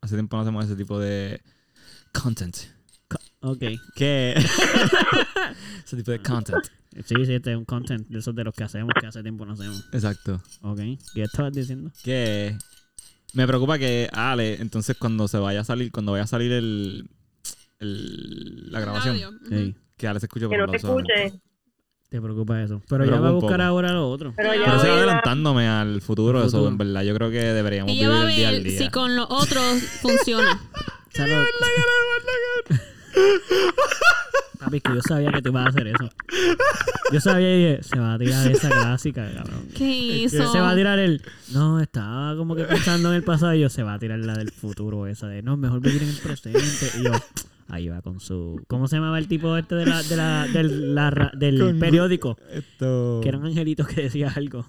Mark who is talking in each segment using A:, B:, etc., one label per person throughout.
A: Hace tiempo no hacemos ese tipo de content.
B: Ok.
A: ¿Qué? ese tipo de content.
B: Sí, sí, este es un content de esos de los que hacemos, que hace tiempo no hacemos.
A: Exacto.
B: Ok. ¿Qué estabas diciendo?
A: Que me preocupa que Ale, entonces cuando se vaya a salir, cuando vaya a salir el, el- la grabación,
C: Audio, ujú.
B: Sí.
A: que Ale se escuche
D: Que
A: por
D: no
A: el
D: se
A: lado solo.
D: escuche.
B: Te preocupa eso. Pero
A: Me
B: ya va a
A: preocupa un
B: buscar
A: poco.
B: ahora lo otro.
D: Pero ya
A: Pero sigo
D: voy a-
A: adelantándome al futuro,
B: Al
A: eso
B: futuro.
A: en verdad yo creo que deberíamos
C: Ella
A: vivir
C: va a
A: el día al
C: ver
A: día.
C: si con los otros funciona.
B: O sea, lo- Papi, que yo sabía que te ibas a hacer eso. Yo sabía y dije, se va a tirar esa clásica, cabrón.
C: ¿Qué
B: Que
C: hizo?
B: se va a tirar el. No, estaba como que pensando en el pasado y yo se va a tirar la del futuro, esa de no, mejor vivir en el presente. Y yo, ahí va con su. ¿Cómo se llamaba el tipo este de la, de la, del, la ra- del
A: Con-
B: periódico?
A: Esto...
B: Que era un angelito que decía algo.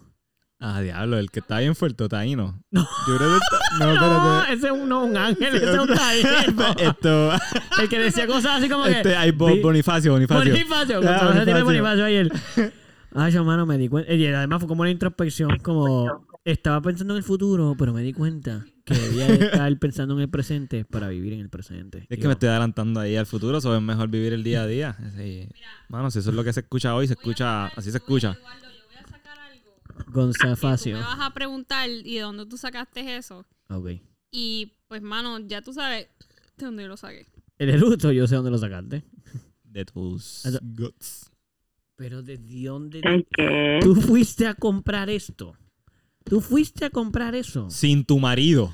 A: Ah, diablo, el que está bien fuerte, Taíno.
B: No.
A: Yo creo que está... No,
B: No,
A: espérate.
B: ese es un, no, un ángel, ese es un angelito.
A: Esto...
B: El que decía cosas así como que.
A: Este, ahí, Bo-
B: vi-
A: Bonifacio, Bonifacio.
B: Bonifacio.
A: Ah,
B: cuando se tiene
A: Bonifacio.
B: Bonifacio ayer. Ay, yo, mano, me di cuenta. Y además fue como una introspección, como estaba pensando en el futuro, pero me di cuenta que debía de estar pensando en el presente para vivir en el presente.
A: Es
B: Y
A: que me
B: yo,
A: estoy adelantando ahí al futuro, eso es mejor vivir el día a día. Sí. Mano, si eso es lo que se escucha hoy, se escucha, Ah, así se escucha.
C: Eduardo, yo voy a sacar algo. Tú
B: Gonzafacio.
C: me vas a preguntar y de dónde tú sacaste eso.
B: Ok.
C: Y pues, mano, ya tú sabes de dónde yo lo saqué.
B: El eruto, yo sé dónde lo sacaste.
A: De tus
B: Eso-
A: guts.
B: Pero ¿desde dónde?
D: ¿El qué?
B: Tú fuiste a comprar esto. Tú fuiste a comprar eso.
A: Sin tu marido.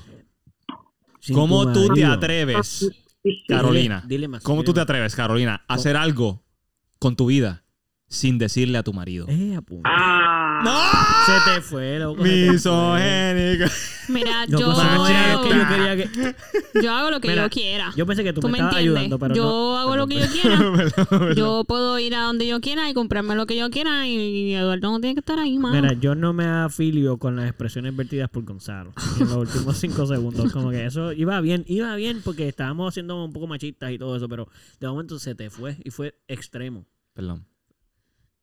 B: Sin
A: ¿Cómo
B: tu
A: tú te
B: marido.
A: atreves,
B: Dile-
A: Carolina?
B: dile más,
A: ¿Cómo
B: dile
A: tú te
B: más.
A: atreves, Carolina, a hacer algo con tu vida sin decirle a tu marido?
B: Eh, apunta.
D: Ah.
A: ¡No!
B: Se te fue, loco. se te fue.
A: Misogénico.
C: Mira,
B: Loco,
C: yo,
B: eso no era lo que yo
C: yo,
B: quería que.
C: hago lo que
B: Mira,
C: yo quiera.
B: Yo pensé que tú,
C: tú
B: me,
C: me
B: estabas
C: entiendes.
B: ayudando, pero
C: yo
B: no.
C: hago lo que yo quiera. Yo puedo ir a donde yo quiera y comprarme lo que yo quiera. Y, y Eduardo no tiene que estar ahí, mano.
B: Mira, yo no me afilio con las expresiones vertidas por Gonzalo en los últimos cinco segundos. Como que eso iba bien, iba bien porque estábamos siendo un poco machistas y todo eso, pero de momento se te fue y fue extremo.
A: Perdón.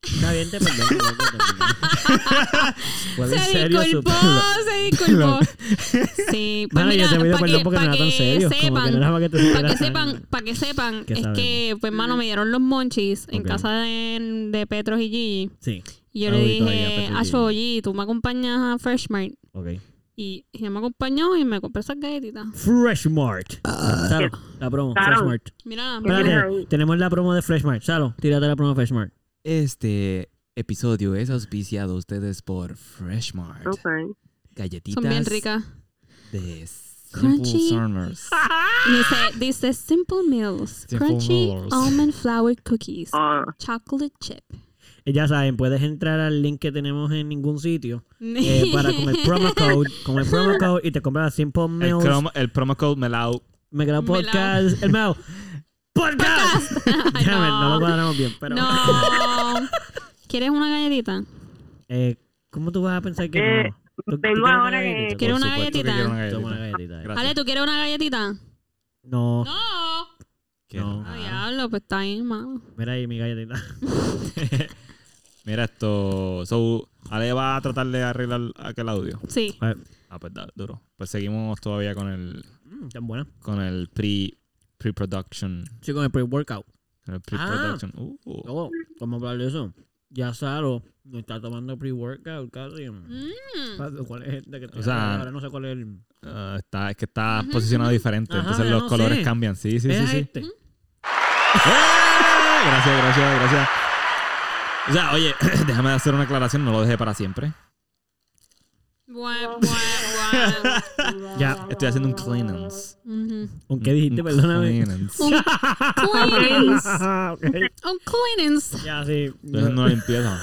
B: Está bien, te perdono. loco, te perdono. Fue bien
C: se
B: serio,
C: disculpó, se disculpó. Sí, pues
B: Mano, yo
C: mira,
B: te pido
C: para
B: perdón porque no
C: que, pa'
B: era tan
C: que
B: serio. Como que no
C: sepan,
B: era para que te
C: para que
B: supieras
C: sepan,
B: tan-
C: para que sepan,
B: ¿Qué
C: es
B: sabemos?
C: que, pues, mano, me dieron los monchis en
B: Ok.
C: casa de, de Petros y Gigi.
B: Sí,
C: Y yo
B: Ah,
C: le
B: voy todavía,
C: dije,
B: Petros y
C: Acho, Gigi, tú me acompañas a Freshmart.
B: ok.
C: Y ella me acompañó y me compré esas galletitas.
B: Freshmart. Salo, la promo,
D: Salo.
B: Freshmart.
C: Mira,
D: Pero-
B: Espérate, tenemos la promo de Freshmart. Salo, tírate la promo de Freshmart.
A: Este episodio es auspiciado a ustedes por Freshmart.
D: Ok.
A: Galletitas
C: son bien ricas.
A: de
C: Crunchy.
A: Simple Summers.
D: Ah,
C: Dice, dice Simple Meals,
A: Simple
C: Crunchy
A: Meals.
C: Almond Flour Cookies,
D: Ah.
C: Chocolate Chip.
B: Eh, Ya saben, puedes entrar al link que tenemos en ningún sitio eh, para con el promo code, con el promo code y te compras las Simple
A: El,
B: Meals,
A: cromo- el promo code Melau.
B: Me Grabo
C: Melao.
B: Podcast, el Mao Podcast.
C: Ay,
B: Déjame, no.
C: no.
B: lo cuadramos bien, pero
C: No. ¿Quieres una galletita?
B: eh, ¿cómo tú vas a pensar que
D: Eh,
B: no? ¿Tú- tú quieres
D: vengo
B: una
D: ahora que-
B: galletita?
C: ¿Quieres
B: Por
C: una
B: supuesto
A: Yo
B: que
A: que quiero una
B: quiero-
A: galletita.
B: Toma una galletita. dale.
A: Gracias.
C: Ale, ¿tú quieres una galletita?
B: No,
C: No.
A: Quiero-
B: No.
C: No,
B: Ah.
C: diablo, pues está bien, mano.
B: mira ahí mi galletita.
A: Mira esto. So, Ale va a tratar de arreglar aquel audio.
C: Sí.
B: A ver,
A: Ah, pues da- duro. Pues seguimos todavía con el
B: mm, tan buena.
A: con el pre pre-production.
B: Sí, con el pre-workout.
A: Con el pre-production. Uh, uh.
B: Oh, ¿Cómo hablar de eso? Ya Saro no está tomando pre-workout casi.
C: Mm.
B: ¿Cuál es este que te
A: O sea,
B: ahora no sé cuál es el...
A: Ah, está, es que está posicionado diferente.
B: Ajá,
A: entonces
B: ya
A: los
B: no
A: colores
B: sé.
A: cambian. Sí, sí, sí,
B: ¿Era
A: sí.
B: este?
A: ¡Eh! Gracias, gracias, gracias. O sea, oye, déjame hacer una aclaración, no lo dejé para siempre.
C: Guau, guau, guau.
B: Ya.
A: Estoy haciendo un cleanance.
C: Ujú.
B: ¿Con qué dijiste?
A: Un
B: Perdóname.
A: Cleanance.
C: Un cleanance.
B: Ah, ok.
C: Un cleanance.
B: Ya, sí.
A: Estoy haciendo una limpieza.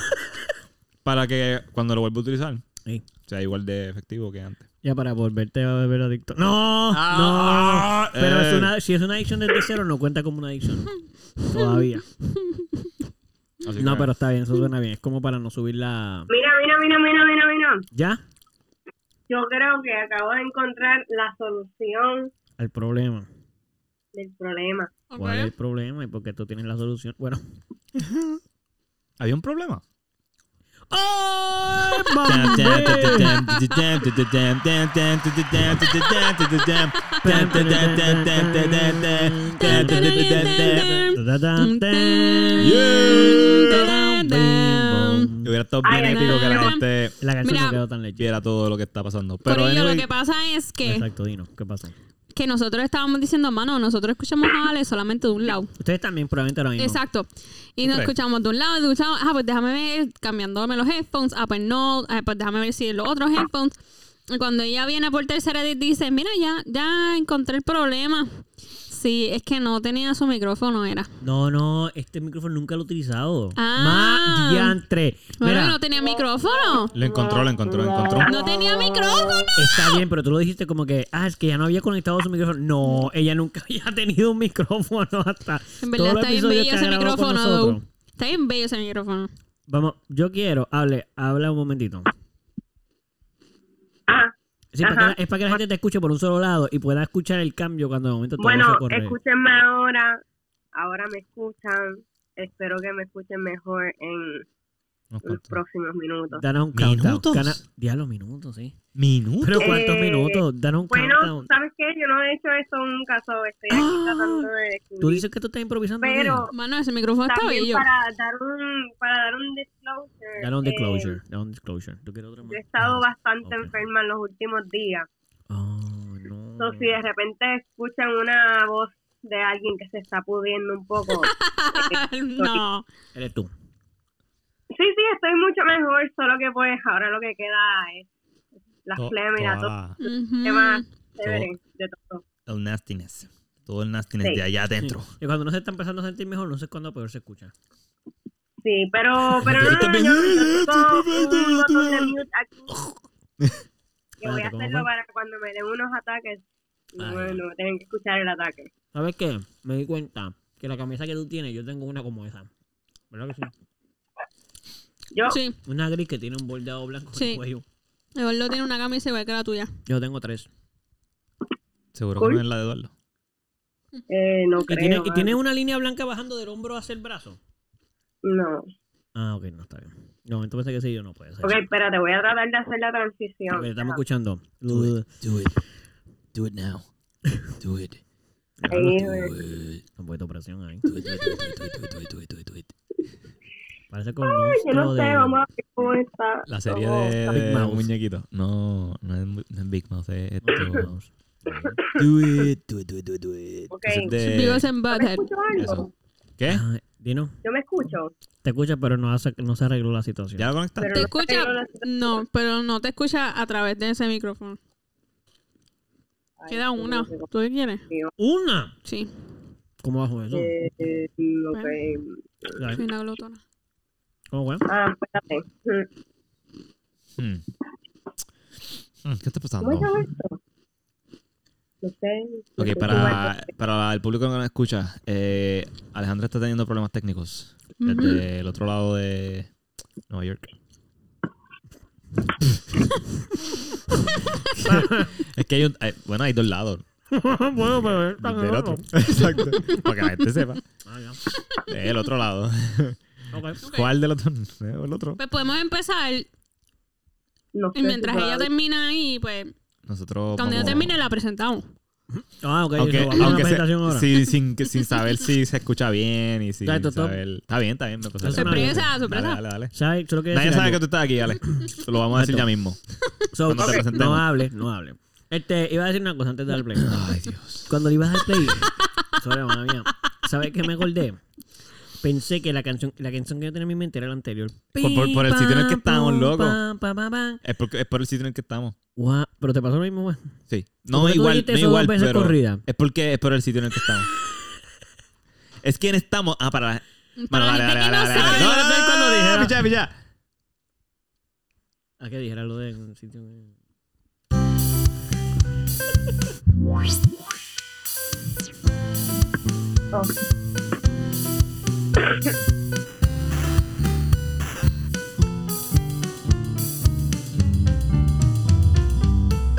A: Para que cuando lo vuelva a utilizar,
B: Sí.
A: sea igual de efectivo que antes.
B: Ya para volverte a beber adicto. ¡No!
A: Ah,
B: ¡No! Pero
A: eh.
B: es una, si es una adicción desde cero, no cuenta como una adicción. Todavía.
A: Así
B: No,
A: que-
B: pero está bien, eso suena bien. Es como para no subir la.
D: Mira, mira, mira, mira, mira, mira.
B: ¿Ya?
D: Yo creo que acabo de encontrar la solución
B: Al problema.
D: del problema.
C: Ok.
B: ¿Cuál es el problema? Y porque tú tienes la solución. Bueno,
A: Había un problema.
B: ¡Ay,
A: Dam,
B: mami!
A: dam, dam, dam, dam, dam, dam, dam, dam, dam, dam, dam, dam, dam, dam, dam, dam, dam, dam, dam, dam, dam, dam, dam, dam. Y Hubiera estado bien
D: Ay,
A: épico que la
C: no.
A: gente
B: La canción
C: Mira.
B: no quedó tan leche.
A: viera todo lo que está pasando. Pero
C: Pero
A: anyway,
C: lo que pasa es que,
B: Exacto, Dino, ¿qué pasó?
C: que nosotros estábamos diciendo, mano, nosotros escuchamos a Ale solamente de un lado.
B: Ustedes también probablemente lo mismo.
C: Exacto. Y nos
A: Ok.
C: escuchamos de un lado, de un lado. Ah, pues déjame ver, cambiándome los headphones. Ah, pues no. Ah, pues déjame ver si los otros headphones. Y cuando ella viene por tercera vez, dice, mira, ya, ya encontré el problema. Sí, es que no tenía su micrófono, era.
B: No, no, este micrófono nunca lo he utilizado.
C: Ah.
B: Más diantre.
C: Bueno,
B: Mira,
C: no tenía micrófono.
A: lo encontró, lo encontró, lo encontró.
C: No tenía micrófono.
B: está bien, pero tú lo dijiste como que, ah, es que ya no había conectado su micrófono. No, ella nunca había tenido un micrófono hasta.
C: En verdad
B: todos los
C: está bien
B: episodios
C: bello
B: que ha
C: ese
B: grabado con
C: micrófono,
B: nosotros.
C: Dou. Está bien bello ese micrófono.
B: Vamos, yo quiero, hable, habla un momentito.
D: Ah,
B: Sí, para que
D: Ajá.
B: la- es para que la gente te escuche por un solo lado y pueda escuchar el cambio cuando de momento todo se
D: bueno,
B: corre.
D: escúchenme ahora. Ahora me escuchan. Espero que me escuchen mejor en
A: Unos
D: los
A: cuantos.
D: próximos minutos.
B: Danos un countdown.
A: ¿Minutos?
B: Gana- Diablo, minutos, sí.
A: Minuto.
B: Pero ¿cuántos
D: Eh,
B: minutos? Danos un
D: Bueno,
B: countdown.
D: ¿sabes qué? Yo no he hecho eso nunca, so estoy aquí
B: Ah,
D: tratando de
B: Tú
D: descubrir.
B: dices que tú estás improvisando.
D: Pero
B: Dani?
C: Mano, ese micrófono está
D: también
C: bello.
D: para dar un para dar un disclosure.
B: Danos un
D: eh,
B: disclosure. Danos un disclosure. ¿Tú quieres otro más? Ah,
D: yo he estado bastante
B: ok.
D: enferma en los últimos días.
B: Ah, no.
D: So, si de repente escuchan una voz de alguien que se está pudiendo un poco. eh,
C: no.
B: Eres tú.
D: sí, sí, estoy mucho mejor, solo que pues ahora lo que queda es la
A: To-
D: flema y la tos.
A: toda
C: Ujú.
D: ¿Qué más? Chévere, de todo.
A: el nastiness. Todo el nastiness
D: Sí.
A: de allá adentro.
B: Y cuando no se está empezando a sentir mejor, no sé cuándo peor se escucha.
D: Sí, pero, pero no, no, yo, yo tengo un botón de mute aquí. Que voy a
B: Espérate, ¿cómo
D: hacerlo
B: fue?
D: para cuando me den unos ataques.
B: Ah,
D: Bueno, tienen que escuchar el ataque.
B: ¿Sabes qué? Me di cuenta que la camisa que tú tienes, yo tengo una como esa. ¿Verdad que sí?
D: Yo,
C: Sí,
B: Una gris que tiene un bordeado blanco en
C: Sí.
B: el cuello.
C: Eduardo tiene una camisa igual que la tuya.
B: Yo tengo tres.
A: Seguro
D: Cool.
A: que no es la de Eduardo.
D: eh, no
B: Y
D: creo.
B: tiene, y
D: mano.
B: tiene una línea blanca bajando del hombro hacia el brazo.
D: No.
B: Ah, ok, no está bien. No, entonces pensé que sí, yo no puede ser.
D: Ok, espérate, voy a tratar de hacer la transición.
B: Ok, estamos escuchando.
A: Do it. Do it now. Do it.
D: Ahí,
B: Un poquito de presión ahí.
A: Do it, do it, do it, do it, do it, do it, do it, do it, do it.
B: Parece como
D: Yo no
B: monstruo
D: sé,
B: de...
D: vamos a ver cómo está.
A: La serie
D: Oh,
A: de,
B: Big
A: de
B: Mouth.
A: muñequitos. No, no es, mu- no es Big Mouth, es esto.
B: monstruos.
A: do it, do it, do it, do it, do it.
D: Ok.
A: Ese es
B: Eh.
A: de-
C: Beavis and
D: ¿Yo me
C: Butthead.
D: escucho algo?
A: Eso. ¿Qué?
B: Ah, Dino,
D: Yo me escucho.
B: te escucha, pero no, hace, no se arregló la situación.
A: ¿Ya lo conectaste?
D: Pero
C: ¿Te
D: no
C: escucha?
D: tengo la-
C: No, pero no te escucha a través de ese micrófono.
D: Ay,
C: Queda
D: cómo
C: una.
D: se
C: ¿Tú qué quieres?
B: ¡Una!
C: Sí,
B: ¿Cómo bajo eso?
D: Eh, eh, ok.
B: Ay,
C: soy una glotona.
B: ¿Cómo fue?
D: Ah, espérate. Mm.
A: Hmm. Hmm, ¿Qué está
B: Ah,
A: pasando?
D: ¿Cómo se llama esto? No sé.
A: Ok,
D: No sé
A: para, para el público que no escucha, eh, Alejandra está teniendo problemas técnicos desde el otro lado de Nueva York. es que hay, un- hay- bueno, hay dos lados.
B: Puedo beber
A: Del otro. Exacto. Para que la gente sepa.
B: Ah, ya.
A: El otro lado.
B: Ok.
C: Ok.
A: ¿Cuál del otro? El otro.
C: Pues podemos empezar. Y
D: No sé
C: mientras
D: si
C: ella
D: todavía-
C: termina ahí, pues.
A: Nosotros.
C: Cuando ella
A: vamos-
C: termine, la presentamos.
B: Ah, ok.
A: Aunque,
B: eso, vamos a una
A: aunque se-
B: presentación ahora.
A: sí, sin, que- sin saber si se escucha bien y sin
B: Exacto, todo-
A: saber... Está bien, está bien. me pasa-
C: Sorpresa, sorpresa.
A: Dale, dale, dale.
B: ¿Sabes? Solo que
A: Nadie
B: decir
A: sabe que
B: algo.
A: tú estás aquí, Ale. Lo vamos a decir ya mismo.
B: So,
A: cuando te
B: ok,
A: presentemos.
B: No hable, no hable. Este, iba a decir una cosa antes de dar el play.
A: Ay, Dios.
B: Cuando le ibas a dar play, sorry, mamá mía. ¿Sabes qué me acordé? Pensé que la canción, la canción que yo tenía en mi mente era la anterior.
A: Por- por- por el sitio en el que estábamos,
B: Pam,
A: loco.
B: pam, pam, pam, pam.
A: Es por, es por el sitio en el que estamos.
B: Guau, Pero te pasó lo mismo, pues. güey.
A: Sí.
B: ¿Por
A: No
B: qué tú
A: igual,
B: dijiste
A: no
B: eso dos
A: igual,
B: veces
A: pero...
B: corrida?
A: Es porque es por el sitio en el que estamos. es que en estamos... Ah, para la...
C: Para la gente que no
A: No,
C: sabe.
B: Yo no sé cuándo
A: no, no,
B: dijera.
A: no, pichá, pichá.
B: ¿A qué dijera lo de un sitio? en-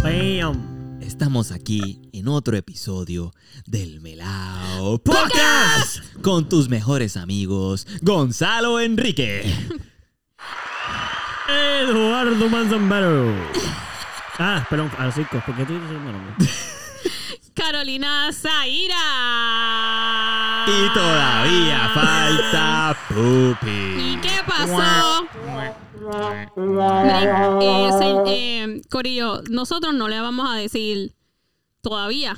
B: Bam.
A: Estamos aquí en otro episodio del Melao Podcast con tus mejores amigos Gonzalo Enrique,
B: Eduardo Manzambaro. Ah, perdón, Francisco, ¿por qué tú dices el nombre?
C: Carolina Zaira.
A: Y todavía falta
C: ¿Y
A: Pupi.
C: qué pasó? Miren, eh, se- eh, Corillo, nosotros no le vamos a decir todavía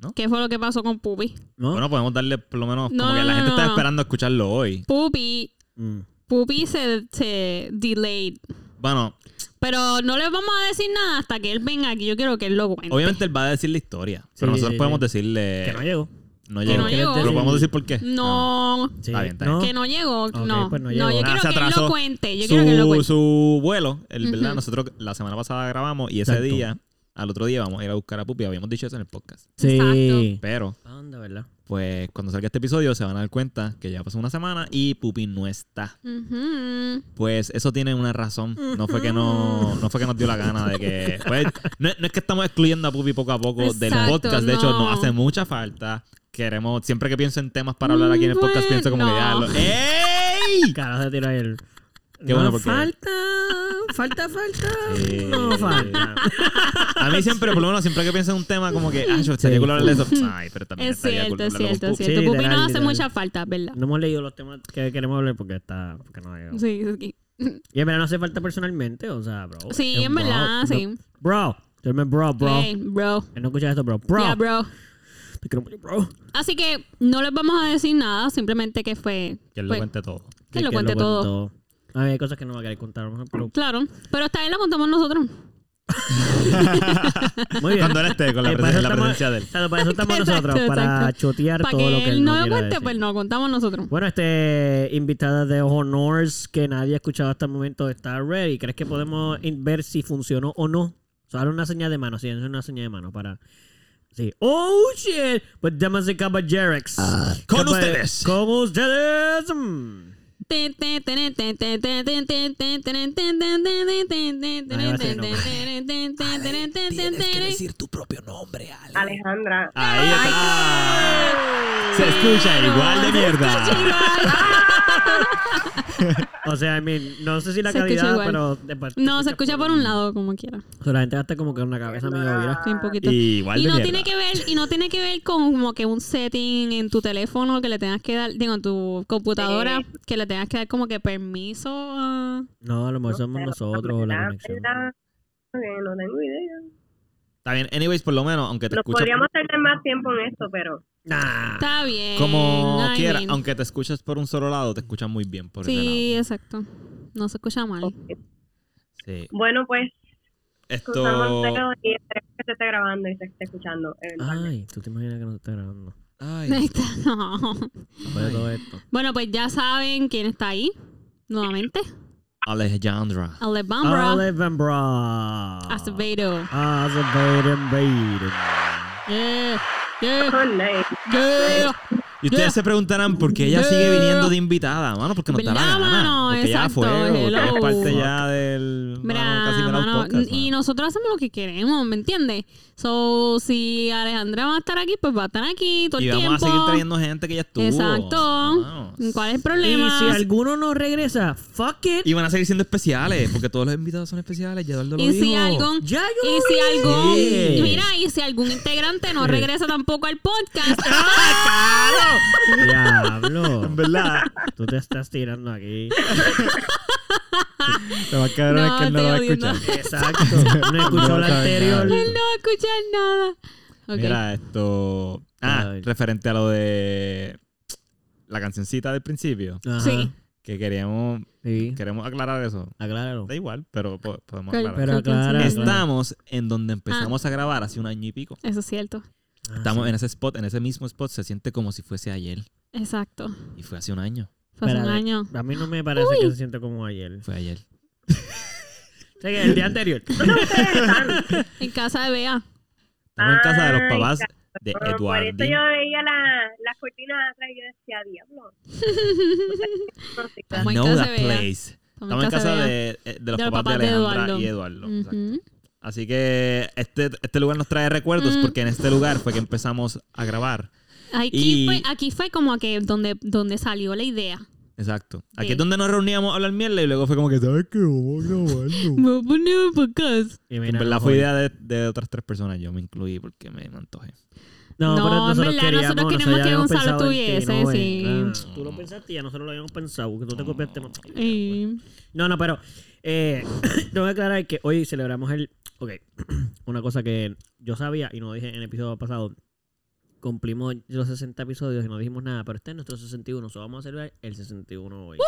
A: ¿No?
C: qué fue lo que pasó con Pupi.
B: ¿No?
A: Bueno, podemos darle por lo menos
C: No,
A: como que
C: no,
A: la gente
C: no,
A: está
C: no.
A: esperando escucharlo hoy.
C: Pupi,
B: Mm.
C: Pupi se, se delayed.
A: Bueno,
C: Pero no le vamos a decir nada hasta que él venga aquí. Yo quiero que él lo cuente.
A: obviamente él va a decir la historia, pero
B: Sí,
A: nosotros
B: sí,
A: podemos
B: sí.
A: decirle
B: Que no llegó.
A: no
C: que
A: llegó.
C: no llegó.
A: Pero podemos decir por qué.
C: No,
B: Sí,
A: Está bien, está bien.
C: que no llegó.
B: Ah. Ok,
C: no,
B: pues no
C: no,
B: llegó.
C: yo
B: Ah,
C: quiero
A: se
C: que él
A: atrasó
C: lo cuente. Yo
A: Ah. su,
C: quiero que él lo cuente.
A: su vuelo, el, ¿verdad?
C: Ujú.
A: Nosotros la semana pasada grabamos y ese
B: Exacto.
A: día, al otro día, vamos a ir a buscar a Pupi. Habíamos dicho eso en el podcast.
B: Sí.
A: Pero,
B: Anda, ¿verdad?
A: pues, cuando salga este episodio, se van a dar cuenta que ya pasó una semana y Pupi no está.
C: Ujú.
A: Pues eso tiene una razón. No fue que no, no fue que nos dio la gana de que. pues, no, no es que estamos excluyendo a Pupi poco a poco del
C: Exacto,
A: podcast. De hecho,
C: no.
A: nos hace mucha falta. Queremos, siempre que pienso en temas para hablar aquí en el podcast, pienso como que ya.
C: Bueno.
A: lo- ¡Ey!
B: Carajo, se tira el.
A: Qué
B: no,
A: bueno, porque-
B: falta, falta, falta.
A: Sí.
B: No falta.
A: A mí siempre, por lo menos, siempre que pienso en un tema, como que, ah, yo estaría
B: Sí.
A: cool hablar de eso. Ay, pero también
C: Es
A: estaría
C: cierto,
A: cool
C: es
A: hablarlo
C: cierto,
A: con
C: es
A: Pupi.
C: cierto.
B: Sí,
C: Pupi
B: literal,
C: nos hace
B: literal.
C: mucha falta, ¿verdad?
B: No hemos leído los temas que queremos hablar porque está. Porque no llegó.
C: Sí, sí.
B: Y en verdad no hace falta personalmente, o sea, Eh, bro.
C: Sí,
B: es un
C: en verdad,
B: bro.
C: sí.
B: No- Bro, yo me bro, bro.
C: Ey, bro.
B: Que No escuchas esto, bro. Bro.
C: Yeah, bro.
B: Te quiero mucho, bro.
C: Así que no les vamos a decir nada, simplemente que fue.
A: Que él lo
C: fue-
A: cuente todo.
C: que lo cuente todo.
B: A ver, hay cosas que no va a querer contar, a lo mejor, pero.
C: Claro, pero esta vez lo contamos nosotros.
B: Muy bien.
A: Cuando él esté, con la,
B: Eh,
A: presen-
B: para eso
A: la
B: estamos-
A: presencia de él.
B: Exacto, para eso estamos
C: Exacto,
B: nosotros, para
C: exacto.
B: chotear
C: Para
B: todo lo
C: que él no
B: nos
C: lo
B: quiera
C: cuente,
B: decir.
C: pues no lo contamos nosotros.
B: Bueno, este invitada de honors que nadie ha escuchado hasta el momento está ready. ¿Crees que podemos in- ver si funcionó o no? Solo una señal de mano, sí, es una señal de mano para. Sí. Oh shit. Pues damas y caballeros.
A: con
B: Capa-
A: ustedes.
B: Con ustedes. mm.
A: tu propio nombre, Ale.
D: Alejandra.
B: Ah,
A: Ahí está. Se escucha igual de mierda.
B: O sea, I mean, no sé si la
C: Se escucha
B: calidad,
C: igual.
B: pero. de parte-
C: No, se escucha por un lado como quiera.
B: O sea, la gente hasta como que una cabeza medio virada.
C: Sí, un poquito.
A: Igual
C: Y
A: de
C: no
A: mierda.
C: tiene que ver, y no tiene que ver con como que un setting en tu teléfono que le tengas que dar, digo, en tu computadora, que le tengas que dar como que permiso a-
B: No, a lo mejor pues somos nosotros o la conexión.
D: ¿Verdad? Eh, No tengo idea.
A: Está bien. Anyways, por lo menos, aunque te
D: Nos
A: escuches
D: podríamos tardar más tiempo en esto, pero
B: Nah.
C: Está bien.
A: Ah, como
C: I
A: quiera,
C: mean.
A: aunque te escuches por un solo lado, te escuchas muy bien por ese lado.
C: Sí, exacto. No se escucha mal.
A: Sí.
D: bueno, pues cruzamos
A: Esto.
D: los dedos y esperemos que se esté grabando y se esté escuchando. eventualmente.
B: Ay, tú te imaginas que no se está grabando.
A: Ay,
C: Ahí está, no.
B: Después de todo esto.
C: Bueno, pues ya saben quién está ahí. Nuevamente.
A: Alejandra.
C: Alebambra.
B: Olive Bra.
C: Acevedo.
B: Azevedo Baden.
C: Yeah. Yeah.
D: Oh, nice.
C: Yeah.
A: Y ustedes
C: Yeah.
A: se preguntarán por qué ella
C: Yeah.
A: sigue viniendo de invitada, mano, porque nos da la
C: ¿Verdad,
A: gana.
C: mano?
A: porque ya
C: Exacto,
A: fue, porque
C: hello.
A: es parte ya del mano,
C: Mira,
A: casi me da un
C: mano,
A: podcast,
C: y
A: mano.
C: nosotros hacemos lo que queremos, ¿me entiendes? So, si Alejandra va a estar aquí, pues va a estar aquí todo
A: Y
C: el
A: vamos
C: tiempo.
A: a seguir trayendo gente que ya estuvo.
C: Exacto.
A: mano.
C: ¿Cuál es el
B: Y
C: problema?
B: si alguno no regresa, fuck it.
A: Y van a seguir siendo especiales, porque todos los invitados son especiales, ya Eduardo lo
C: Y
A: dijo.
C: si algún,
B: Ya yo
C: y
B: lo
C: si algún,
B: dije.
C: mira, y si algún integrante no regresa tampoco al podcast,
B: Diablo.
A: En verdad.
B: Tú te estás tirando aquí.
A: Lo más cabrón
C: No,
A: es que él no lo va a
C: estoy odiando.
A: escuchar.
B: Exacto. No escuchó la anterior.
C: él no va a escuchar nada. Ok.
A: Mira, esto. Ah,
B: Ay.
A: referente a lo de la cancioncita del principio.
B: Ajá.
C: Sí.
A: Que queríamos,
B: Sí.
A: queremos aclarar eso.
B: Acláralo.
A: Da igual, pero po- podemos
C: Pero-
A: aclarar.
B: Pero
C: Con
B: aclara.
C: consenso.
B: aclara.
A: Estamos en donde empezamos a grabar hace un año y pico.
C: Eso es cierto.
A: Estamos
B: Ah,
A: en ese spot, en ese mismo spot, se siente como si fuese ayer.
C: Exacto.
A: Y fue hace un año.
C: Fue hace un
B: Espérate.
C: año.
B: sí. Ah, A mí no me parece que se siente como ayer.
A: Fue ayer.
B: O sea, que el día anterior.
C: En casa de Bea.
A: Estamos en casa de los
D: Ay,
A: papás de
D: Ah, Por eso
A: Eduardo.
D: yo veía la- las cortinas atrás y yo decía, diablo. No sé
A: I
D: qué.
C: Estamos en
A: know
C: casa
A: that
C: de Bea.
A: place. Estamos en casa
C: Bea.
A: de, eh, de los papás de Alejandra y Eduardo. Exacto.
C: Ujú.
A: Así que este, este lugar nos trae recuerdos
C: Mm.
A: porque en este lugar fue que empezamos a grabar. Y-
C: Aquí, fue, aquí fue como que donde, donde salió la idea.
A: Exacto. Aquí
C: Sí.
A: es donde nos reuníamos a hablar mierda y luego fue como que, ¿sabes qué? Vamos a grabarlo.
C: voy a poner un podcast.
B: Y
A: En
B: mira,
A: verdad
B: no
A: fue
B: jodí.
A: idea de, de otras tres personas. Yo me incluí porque me me antojé.
B: No,
C: No,
B: pero
C: en
B: nosotros
C: verdad,
B: queríamos,
C: nosotros
B: nosotros
C: queremos
B: ya
C: que
B: habíamos
C: Gonzalo
B: pensado en ti,
C: tuviese,
B: ¿no?
C: sí.
B: Claro. Tú lo pensaste y ya nosotros lo habíamos pensado, que tú te copiaste. no.
C: Y-
B: No, no, pero eh, tengo que aclarar que hoy celebramos el... Ok, una cosa que yo sabía y no dije en el episodio pasado. Cumplimos los 60 episodios y no dijimos nada, pero este es nuestro 61, solo vamos a celebrar el 61 hoy.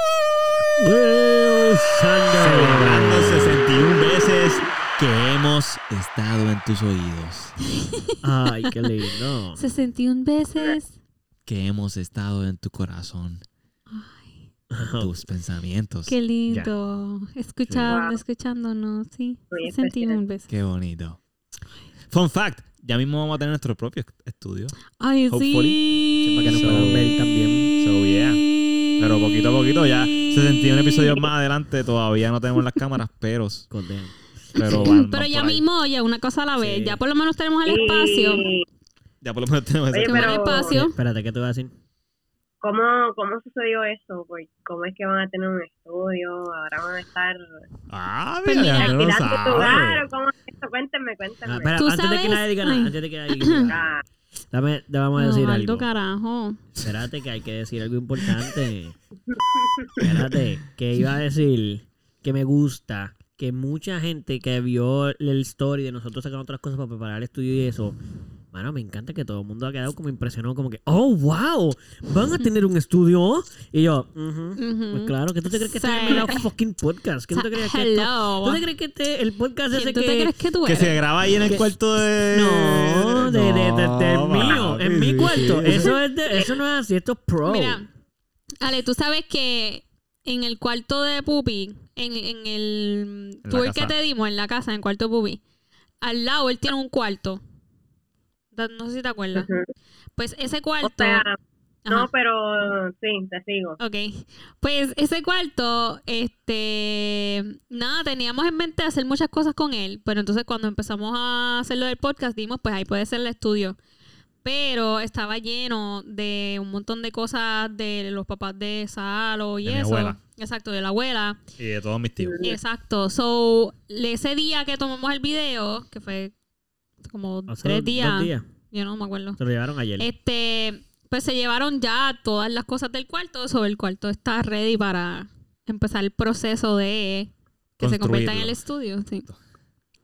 A: Will Celebrando 61 veces que hemos estado en tus oídos.
B: Ay, qué lindo.
C: 61 veces.
A: Que hemos estado en tu corazón. Tus pensamientos.
C: Qué lindo. Escuchando,
D: Wow.
C: escuchándonos, sí.
D: Muy especial.
C: 61 veces.
A: Qué bonito. Fun fact. Ya mismo vamos a tener nuestro propio estudio.
C: Ay, sí.
A: Hopefully. Para que nos puedan
B: ver también.
A: So, yeah. Pero poquito a poquito, ya 61 episodios más adelante, todavía no tenemos las cámaras, pero,
B: Contento.
A: pero van-
C: Pero
A: van
C: ya
A: por ahí.
C: mismo, ya una cosa a la vez.
B: Sí.
C: Ya por lo menos tenemos el
D: Y-
C: espacio.
A: Ya por lo menos tenemos
D: Oye,
A: ese-
C: Tenemos el
D: pero-
C: espacio.
B: Espérate, ¿qué te voy a decir?
D: ¿Cómo, ¿Cómo sucedió eso? Pues, ¿Cómo es que van a tener un estudio? ¿Ahora van a estar
A: Ah,
C: Pues
A: mira,
C: mira,
A: ya no lo
D: alquilando tu hogar?
A: sabe.
D: ¿O ¿Cómo es eso? Cuéntenme,
B: Ah,
D: cuéntenme.
B: espera,
C: Tú
B: antes de que
C: sabes-
B: nadie diga nada,
C: Ay.
B: antes de que nadie diga nada.
D: Ah,
B: Dame, te vamos a
C: No,
B: decir
C: Aldo,
B: algo.
C: carajo.
B: Espérate, que hay que decir algo importante. Espérate, que iba a decir que me gusta que mucha gente que vio el story de nosotros sacando otras cosas para preparar el estudio y eso. Mano, me encanta que todo el mundo ha quedado como impresionado, como que, oh, wow, van a tener un estudio. Y yo, "Ujú".
C: Ujú.
B: pues claro, que tú te crees que
C: Sí.
B: este es el mero fucking podcast. ¿Qué tú te crees que esto-
C: Hello. ah,
B: ¿Tú te crees que este, el podcast ese
C: ¿Quién tú
B: que,
C: te crees que tú
A: Que
C: eres?
A: se graba ahí en el
B: Que-
A: cuarto de.
B: Pues, No, de, de, de, del
A: No,
B: mío,
A: papi,
B: en mi
A: sí, sí.
B: cuarto. Eso, es de- eso no es así, esto es pro.
C: Mira, Ale, tú sabes que en el cuarto de Pupi, en, en el
A: En la
C: tour
A: casa.
C: que te dimos en la casa, en el cuarto de Pupi, al lado él tiene un cuarto. Da- No sé si te acuerdas.
D: Ujú.
C: Pues ese cuarto.
D: o sea,
C: Ajá.
D: no, pero sí, te sigo.
C: Ok, pues ese cuarto, este, nada, teníamos en mente hacer muchas cosas con él, pero entonces cuando empezamos a hacer lo del podcast, dimos, pues ahí puede ser el estudio, pero estaba lleno de un montón de cosas de los papás de Salo y
A: De mi
C: eso.
A: abuela.
C: Exacto, de la abuela.
A: Y de todos mis tíos.
C: Exacto, so, ese día que tomamos el video, que fue como
B: Hace
C: tres
B: dos-
C: días,
B: dos días.
C: yo no me acuerdo.
B: Se lo llevaron ayer.
C: Este, pues se llevaron ya todas las cosas del cuarto, sobre el cuarto está ready para empezar el proceso de que se convierta en el
A: Construirlo.
C: estudio. sí.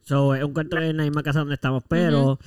B: So, es un cuarto en la misma casa donde estamos, pero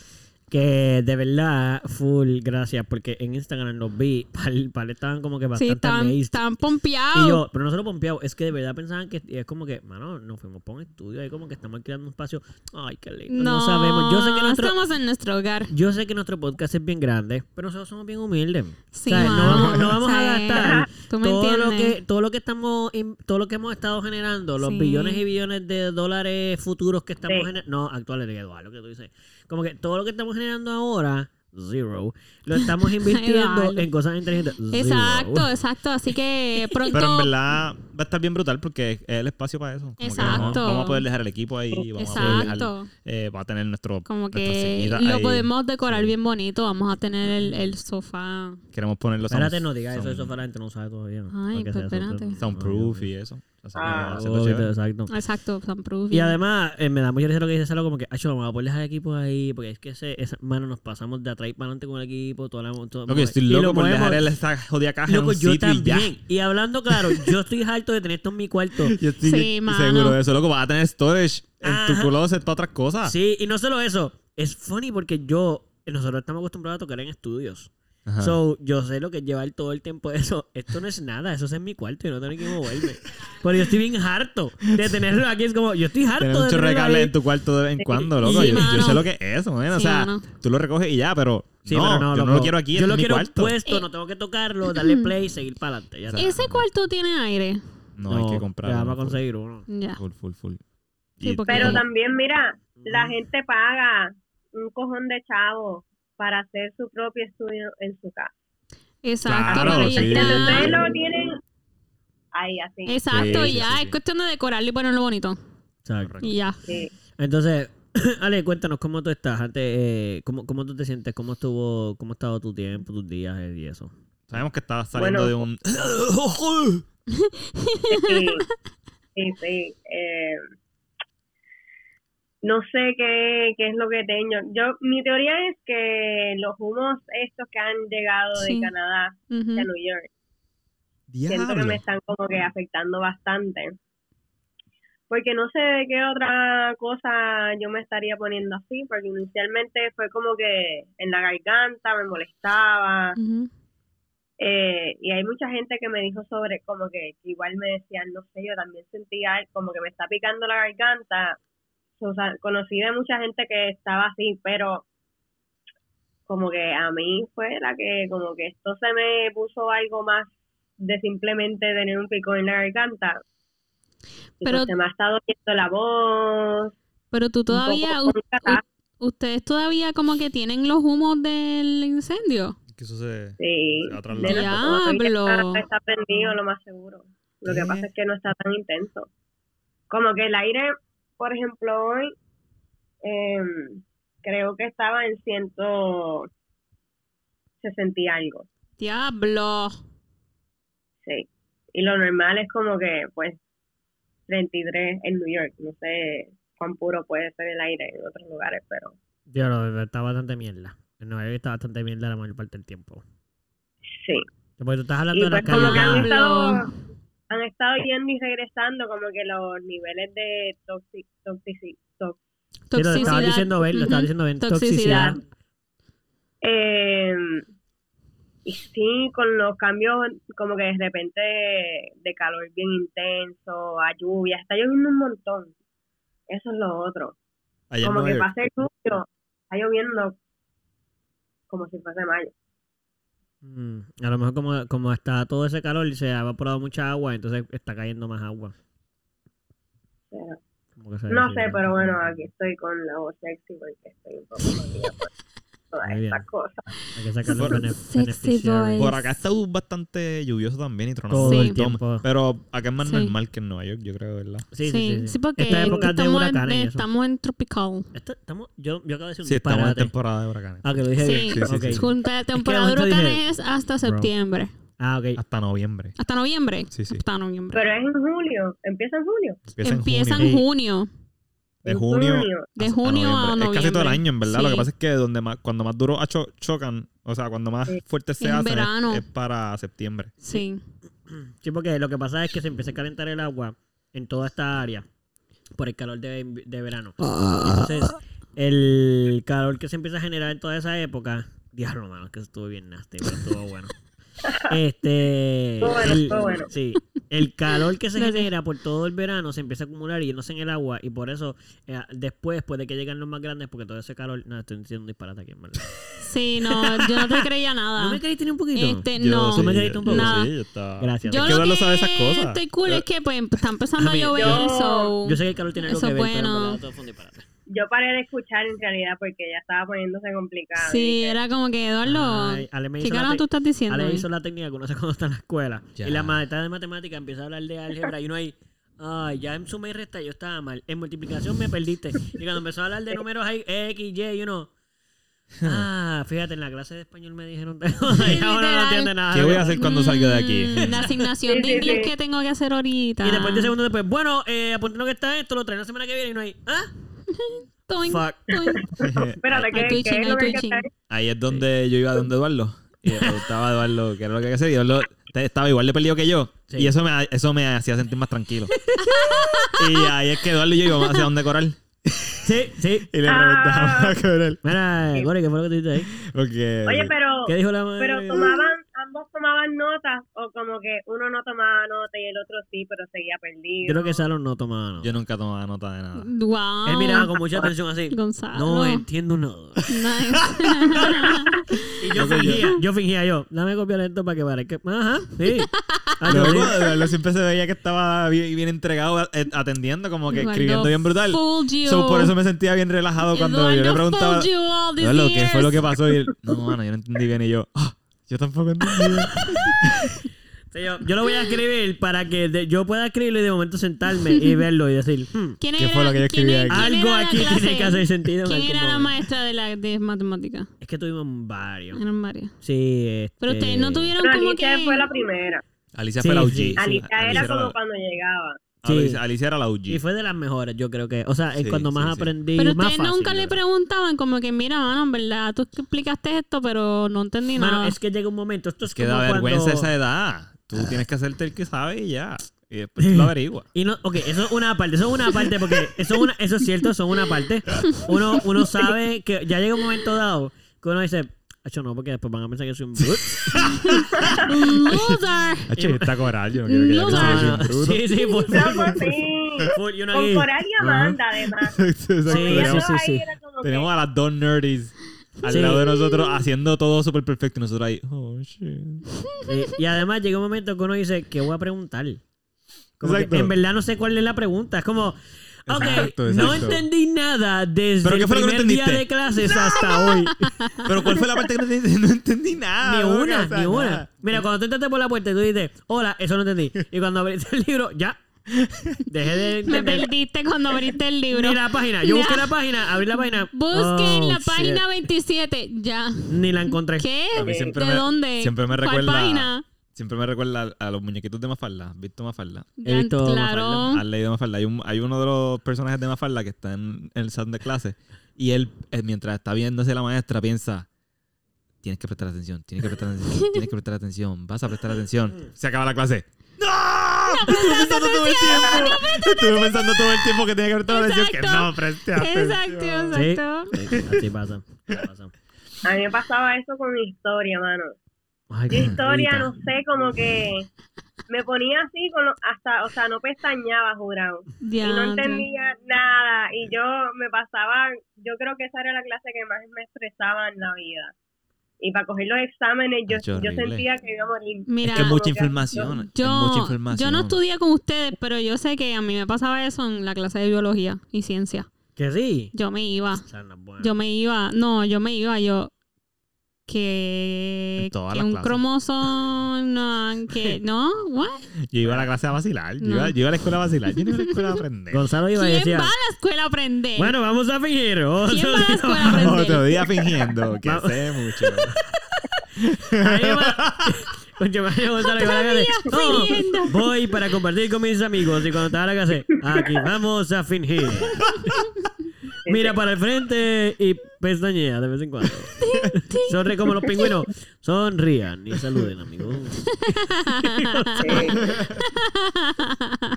B: que de verdad, full gracias, porque en Instagram los vi, pal, pal, estaban como que
C: Sí,
B: bastante
C: están,
B: amazed.
C: están
B: Y
C: pompeados.
B: yo, pero no solo pompeado, es que de verdad pensaban que y es como que, mano, nos fuimos para un estudio, ahí como que estamos creando un espacio. Ay, qué lindo. No,
C: No,
B: sabemos. Yo sé que nuestro,
C: estamos en nuestro hogar.
B: Yo sé que nuestro podcast es bien grande, pero nosotros somos bien humildes.
C: Sí,
B: O sea,
C: mano.
B: no vamos, no vamos
C: O sea,
B: a gastar
C: tú me
B: todo lo
C: entiendes.
B: que todo lo que estamos in- todo lo que hemos estado generando, los
C: Sí.
B: billones y billones de dólares futuros que estamos
D: Sí.
B: generando, no, actuales, Eduardo, que tú dices. Como que todo lo que estamos generando ahora Zero. Lo estamos invirtiendo
C: Eduardo.
B: en cosas inteligentes. Zero.
C: Exacto, exacto. Así que pronto.
A: Pero en verdad va a estar bien brutal porque es el espacio para eso. Como que
C: Exacto.
A: Vamos, vamos a poder dejar el equipo ahí. Vamos a poder dejar.
C: Exacto.
A: eh, va a tener nuestro.
C: Como
A: nuestra
C: que
A: sillita
C: lo
A: ahí.
C: podemos decorar bien bonito. Vamos a tener el, el sofá.
A: Queremos ponerlo.
B: Espérate,
A: sound-
B: no digas eso,
A: sound-
B: eso para la gente no sabe todavía.
C: Ay,
B: Porque
C: pues,
B: sea soundproof.
C: espérate.
A: Soundproof y eso. Así que
D: Ah.
A: va a ser lo chévere.
B: Exacto.
C: Exacto, soundproof.
B: Y además, eh, me da mucha risa lo que dice Salo, como que, acho, vamos a poder dejar el equipo ahí, porque es que ese, esa- mano, nos pasamos de atrás y para adelante con el equipo, toda la todo-
A: Loco, yo estoy
B: y
A: loco
B: lo
A: por
B: movemos.
A: dejar el- esta jodida caja en
B: Loco,
A: un
B: yo
A: sitio y ya.
B: también. Y hablando claro, yo estoy harto de tener esto en mi cuarto.
A: Yo estoy
C: Sí,
A: bien
C: mano.
A: seguro de eso, loco. Vas a tener storage en
B: Ajá.
A: tu closet para otras cosas.
B: Sí, y no solo eso, es funny porque yo, nosotros estamos acostumbrados a tocar en estudios.
A: Ajá.
B: So, yo sé lo que es llevar todo el tiempo eso. Esto no es nada, eso es en mi cuarto y no tengo que moverme. Pero yo estoy bien harto de tenerlo aquí. Es como, yo estoy harto
A: Tener
B: de
A: un chorro de
B: tenerlo
A: cable
B: ahí.
A: en tu cuarto de vez en cuando, loco.
C: Sí,
A: yo, yo
C: mano.
A: sé lo que es eso, man. O
C: Sí,
A: sea,
C: mano.
A: tú lo recoges y ya, pero
B: Sí,
A: no,
B: pero
A: yo no
B: loco.
A: lo quiero aquí,
B: Yo
A: este
B: lo
A: es mi
B: quiero
A: cuarto.
B: puesto, no tengo que tocarlo, darle play y seguir para adelante. Ya está.
C: Ese cuarto tiene aire.
A: No, hay que comprarlo.
B: Ya vamos a
A: full,
B: conseguir uno.
C: Ya.
A: Full, full, full.
C: Sí, porque-
D: Pero
C: Ujú.
D: también, mira, la gente paga un cojón de chavo para hacer su propio estudio en su casa.
C: Exacto.
A: Claro,
C: pero ya
A: sí.
C: está.
D: Pero ustedes lo tienen ahí, así.
C: Exacto,
A: Sí,
C: y
A: sí,
C: ya
A: sí,
C: es
A: sí.
C: cuestión de decorarlo y ponerlo bonito.
B: Exacto.
C: Y ya.
D: Sí.
B: Entonces, Ale, cuéntanos cómo tú estás. Antes, eh, cómo, ¿Cómo tú te sientes? ¿Cómo estuvo cómo ha estado tu tiempo, tus días eh, y eso?
A: Sabemos que estaba saliendo
D: Bueno.
A: de un.
D: Sí, sí, sí. eh, no sé qué, qué es lo que tengo. Yo, mi teoría es que los humos estos que han llegado
C: Sí. Mm.
D: de Canadá
C: Ujú.
D: a New York, siento que
A: Diablo.
D: me están como que afectando bastante. Porque no sé de qué otra cosa yo me estaría poniendo así, porque inicialmente fue como que en la garganta me molestaba,
C: Ujú.
D: eh, y hay mucha gente que me dijo sobre, como que que igual me decían, no sé, yo también sentía al- como que me está picando la garganta. O sea, conocí de mucha gente que estaba así, pero como que a mí fue la que, como que esto se me puso algo más de simplemente tener un pico en la garganta. Y
C: Pero-
D: pues se me ha estado yendo la voz.
C: Pero tú
D: un
C: todavía,
D: poco con
C: u- u- ustedes todavía como que tienen los humos del incendio.
A: Que eso se.
D: Sí,
A: Se ha trasladado.
D: Nena, como todavía
C: Diablo.
D: Está, está prendido, lo más seguro. Lo
A: ¿Qué?
D: que pasa es que no está tan intenso. Como que el aire, por ejemplo, hoy em, creo que estaba en 160 y algo.
C: Diablo.
D: Sí. Y lo normal es como que, pues, 33 en New York. No sé cuán puro puede ser el aire en otros lugares, pero
B: Diablo, está bastante mierda. En Nueva York está bastante mierda la mayor parte del tiempo.
D: sí.
B: Porque tú estás hablando
D: Y
B: de la
D: pues como que han
B: calidad.
D: estado, han estado yendo y regresando, como que los niveles de toxic, toxic, tox-
B: Sí, lo
C: Toxicidad.
B: estaba diciendo Ben, lo estaba
C: Ujú.
B: diciendo Ben.
C: Toxicidad.
B: Toxicidad.
D: Eh, y sí, con los cambios como que de repente de calor bien intenso, a lluvia, está lloviendo un montón. Eso es lo otro.
A: Allá en
D: como
A: Nueva
D: que
A: York.
D: pasa el julio, está lloviendo como si fuese mayo.
B: Mm, A lo mejor como, como está todo ese calor y se ha evaporado mucha agua, entonces está cayendo más agua.
D: Pero-
B: Como que se
D: no sé,
B: deshidrata.
D: pero bueno, aquí estoy con la voz sexy porque estoy un poco jodida por todas
B: Muy bien.
D: estas cosas.
B: Hay que sacar los
A: Por-
B: bene-
C: Sexy
B: beneficiarios.
C: boy.
A: Por acá está bastante lluvioso también y tronando.
B: Todo
C: Sí.
B: el tiempo.
A: Pero acá es más
C: Sí.
A: normal que en Nueva York, yo creo, ¿verdad?
B: Sí, sí, sí. sí.
C: porque
B: Esta época de
C: estamos,
B: huracanes. y
C: en,
B: eso.
C: estamos en tropical.
B: Esta- Este, estamos- yo, yo acabo de decir un
A: Sí, estamos en
B: disparate.
A: temporada de huracanes.
B: Ah, que lo dije
C: Sí.
B: bien.
C: Sí,
A: sí,
B: Ok.
A: sí, sí.
C: Con- La temporada de
B: momento dije-
C: huracanes es hasta septiembre.
B: Ah, ok.
A: Hasta noviembre.
C: Hasta noviembre.
A: Sí, sí.
C: Hasta noviembre.
D: Pero es en julio, empieza en julio.
A: Empieza,
C: Empieza
A: en junio.
C: en junio.
A: De
D: En
A: junio.
C: De
A: hasta
C: junio a
A: Es casi todo el
C: noviembre.
A: año, en verdad. Lo que
C: Sí.
A: pasa es que donde más, cuando más duro acho- chocan, o sea, cuando más
D: Sí.
A: fuertes se
C: En
A: hacen, es-
C: verano.
A: es para septiembre.
C: Sí.
B: Sí, porque lo que pasa es que se empieza a calentar el agua en toda esta área por el calor de, inv- de verano. Entonces, el calor que se empieza a generar en toda esa época. Diablo, mano, que eso estuvo bien nasty, pero estuvo bueno. Este.
D: Estuvo bueno,
B: el-
D: estuvo bueno.
B: Sí. El calor que se
C: Gracias.
B: genera por todo el verano se empieza a acumular y yéndose en el agua. Y por eso, eh, después, puede que llegan los más grandes, porque todo ese calor. No, estoy diciendo un disparate aquí, en verdad.
C: Sí, no, yo no te creía nada.
D: Ah.
B: ¿No me creíste ni un poquito?
C: este, no.
B: sí. ¿Tú me creíste un poco?
C: No.
A: Sí, yo estaba-
B: Gracias.
A: Es
C: Yo
A: que
C: lo
A: uno
C: que
A: no sabe esas cosas.
C: estoy cool es que pues está
B: A
C: empezando a
B: mí-
C: llover,
D: yo-
C: so-
B: Yo sé que el calor tiene algo
C: Eso
B: que ver, pero en
C: bueno.
B: verdad todo fue un disparate.
D: Yo paré de escuchar en realidad porque ya estaba poniéndose complicado.
C: Sí, era como que, Eduardo,
B: Ay, Ale me
C: ¿qué
B: hizo la
C: carajo
B: te-
C: tú estás diciendo?
B: Ale
C: ahí?
B: hizo la técnica que uno hace cuando está en la escuela.
A: Ya.
B: Y la maestra de matemática empieza a hablar de álgebra y uno ahí. Ay, ya en suma y resta yo estaba mal. En multiplicación me perdiste. Y cuando empezó a hablar de números ahí, X, Y, y uno. Ah, fíjate, en la clase de español me dijeron. ya uno no
C: literal.
B: entiende nada.
A: ¿Qué voy a hacer cuando salga de aquí?
C: Mm, La asignación
D: Sí,
C: de
D: sí,
C: inglés
D: sí.
C: que tengo que hacer ahorita.
B: Y después de segundos después, bueno, eh, apuntaron que está esto, lo traen la semana que viene y no hay. ¿Ah?
C: Toin,
B: Fuck.
C: toin.
D: Espérate,
C: Ay,
D: ¿qué,
C: twitching,
D: qué es lo
C: ay,
D: que hay que
C: twitching.
D: hacer?
A: Ahí es donde yo iba donde Eduardo. Y le preguntaba a Eduardo qué era lo que había que hacer. Y Eduardo te- estaba igual de perdido que yo.
B: Sí.
A: Y eso me, eso me hacía sentir más tranquilo. y ahí es que Eduardo y yo íbamos hacia donde coral.
B: Sí, sí.
A: Y le
D: Ah.
A: preguntábamos a coral.
B: Mira, Gore, ¿qué fue lo que tú dijiste ahí?
A: Porque.
D: Oye, pero,
B: ¿Qué dijo la madre?
D: pero tomaban, ambos tomaban notas o como que uno no tomaba nota y el otro sí, pero seguía perdido.
B: Yo creo que Salon no tomaba nada.
A: Yo nunca tomaba nota de nada.
C: Wow.
B: Él miraba con mucha atención así.
C: Gonzalo.
B: No entiendo nada.
C: Nice.
B: Y yo fingía, yo fingía yo. Dame copiar esto para que parezca. Ajá, sí. Ah, yo
A: Luego,
B: sí.
A: Eduardo siempre se veía que estaba bien, bien entregado eh, atendiendo, como que escribiendo bien brutal.
C: Fooled you.
A: So, por eso me sentía bien relajado cuando yo le
C: Eduardo
A: preguntaba.
C: fooled you all these
A: Eduardo, ¿qué
C: years.
A: fue lo que pasó? Y él, no, mano, yo no entendí bien. Y yo, "Ah, yo tampoco entendí. bien".
B: Sí, yo, yo lo voy a escribir para que de- yo pueda escribirlo y de momento sentarme y verlo y decir, "Hmm,
C: ¿Quién
E: ¿Qué
C: era,
E: fue lo que yo
C: quién
E: escribí
C: era-
E: aquí?
C: quién
B: algo
C: era la
B: aquí tiene
C: clase?
B: que hacer sentido. en
C: ¿Quién
B: algún
C: era la
B: momento".
C: maestra de la de matemática?
B: Es que tuvimos varios.
C: Eran varias.
B: Sí,
C: Pero
B: este,
C: ustedes no tuvieron
D: Pero
C: como
D: Alicia
C: que...
D: fue la primera.
A: Alicia
B: Sí,
A: fue la UG.
B: sí, sí.
D: Alicia era como cuando llegaba.
B: Sí.
A: Alicia, Alicia era la UG.
B: Y fue de las mejores, yo creo que. O sea, es
A: Sí,
B: cuando
A: sí,
B: más
A: sí.
B: aprendí.
C: Pero
B: más
C: ustedes
B: fácil,
C: nunca
B: yo
C: le
B: creo.
C: preguntaban como que, mira, mano, en verdad, tú explicaste esto, pero no entendí
B: Mano,
C: nada.
B: es que llega un momento. Esto es,
A: Es que
B: como
A: da vergüenza
B: cuando...
A: esa edad. Tú tienes que hacerte el que sabe y ya. Y después tú lo averiguas.
B: Y no, ok, eso es una parte, eso es una parte, porque eso es, una, eso es cierto, eso es una parte. Uno, uno sabe que ya llega un momento dado que uno dice, hecho no, porque después van a pensar que soy un bruto.
C: ¡Loser!
E: Hacho, está coral, yo no quiero que ella
C: No,
E: piense que soy
B: No, no,
E: un bruto.
B: Sí, sí, por
D: No,
B: favor.
D: pues sí.
B: Full, y uno
D: Con
B: aquí,
D: Coral y
B: ajá.
D: Amanda, además.
A: Exacto,
B: Sí,
D: Ellas
A: tenemos,
D: dos
B: sí,
D: ahí
B: sí.
D: era como que-
A: tenemos a las dos nerdies al
B: Sí.
A: lado de nosotros haciendo todo súper perfecto. Y nosotros ahí, oh shit.
B: Sí, Y además llega un momento que uno dice, ¿qué voy a preguntar? Como que
A: Exacto.
B: en verdad no sé cuál es la pregunta. Es como, ok,
A: Exacto,
B: no
A: exacto.
B: entendí nada desde
A: ¿Pero qué
B: el
A: fue lo que no
B: primer día
A: entendiste?
B: de clases hasta hoy.
A: Pero ¿cuál fue la parte que no entendí? No entendí
C: Ah,
A: nada.
B: Ni
A: bro,
B: una,
A: o sea,
B: ni una.
A: nada.
B: Mira, cuando tú entraste por la puerta y tú dices, hola, eso no entendí. Y cuando abriste el libro, ya. Dejé de
C: Me
B: entender.
C: perdiste cuando abriste el libro.
B: Ni la página. Yo
C: Ya.
B: busqué la página, abrí la página.
C: Busquen
B: Oh,
C: la
B: shit.
C: página 27. Ya.
B: Ni la encontré.
C: ¿Qué?
A: A mí siempre
C: ¿De
A: me-
C: dónde?
A: siempre me
C: ¿Cuál
A: recuerda-
C: página?
A: Siempre me recuerda a a los muñequitos de Mafalda. ¿Visto Mafalda?
B: He
C: Ya,
B: visto
C: claro.
A: Has leído Mafalda. Hay, un- hay uno de los personajes de Mafalda que está en el salón de clase y él, eh, mientras está viéndose la maestra, piensa, tienes que prestar atención, tienes que prestar atención, tienes que prestar atención, vas a prestar atención. Se acaba la clase. ¡No! Estuve pensando todo el tiempo. Estuve pensando todo el tiempo que tenía que prestar atención, que
C: Exacto.
A: no presté
C: Exacto,
A: atención.
C: exacto.
B: Así pasa. así pasa.
D: A mí me pasaba eso con mi historia, mano.
B: Ay,
D: Yo
B: qué
D: historia,
B: rica.
D: no sé, como que me ponía así, con lo- hasta, o sea, no pestañaba, jurado. Y no
C: Diantre.
D: entendía nada. Y yo me pasaba, yo creo que esa era la clase que más me estresaba en la vida. Y para coger los exámenes, yo,
A: Hacho,
D: yo
A: horrible.
D: sentía que iba a morir.
C: Mira,
A: Es que mucha
D: Yo-
A: información. es mucha
C: yo,
A: información.
C: yo no estudié con ustedes, pero yo sé que a mí me pasaba eso en la clase de biología y ciencia.
B: Que sí.
C: Yo me iba.
B: O sea, no es bueno.
C: Yo me iba, no, yo me iba, yo que,
A: En todas
C: que
A: las
C: un
A: clases.
C: cromosoma, que no, what?
A: Yo iba a la clase a vacilar. Yo,
C: No.
A: iba, yo iba a la escuela a vacilar. Yo no iba a la escuela a aprender.
B: Gonzalo iba y
C: ¿Quién
B: decía,
C: va a la escuela a aprender?
B: bueno, vamos a fingir. otro
C: ¿Quién va a la
B: día".
C: escuela a aprender?
A: Otro día fingiendo que
B: Vamos.
A: sé mucho.
B: Ahí va. Concho, Mario Gonzalo iba a la clase.
C: día
B: "No,
C: fingiendo".
B: voy para compartir con mis amigos y cuando estaba en la clase, aquí vamos a fingir. Mira para el frente y pestañea de vez en cuando. Sonríe como los pingüinos. Sonrían y saluden, amigos.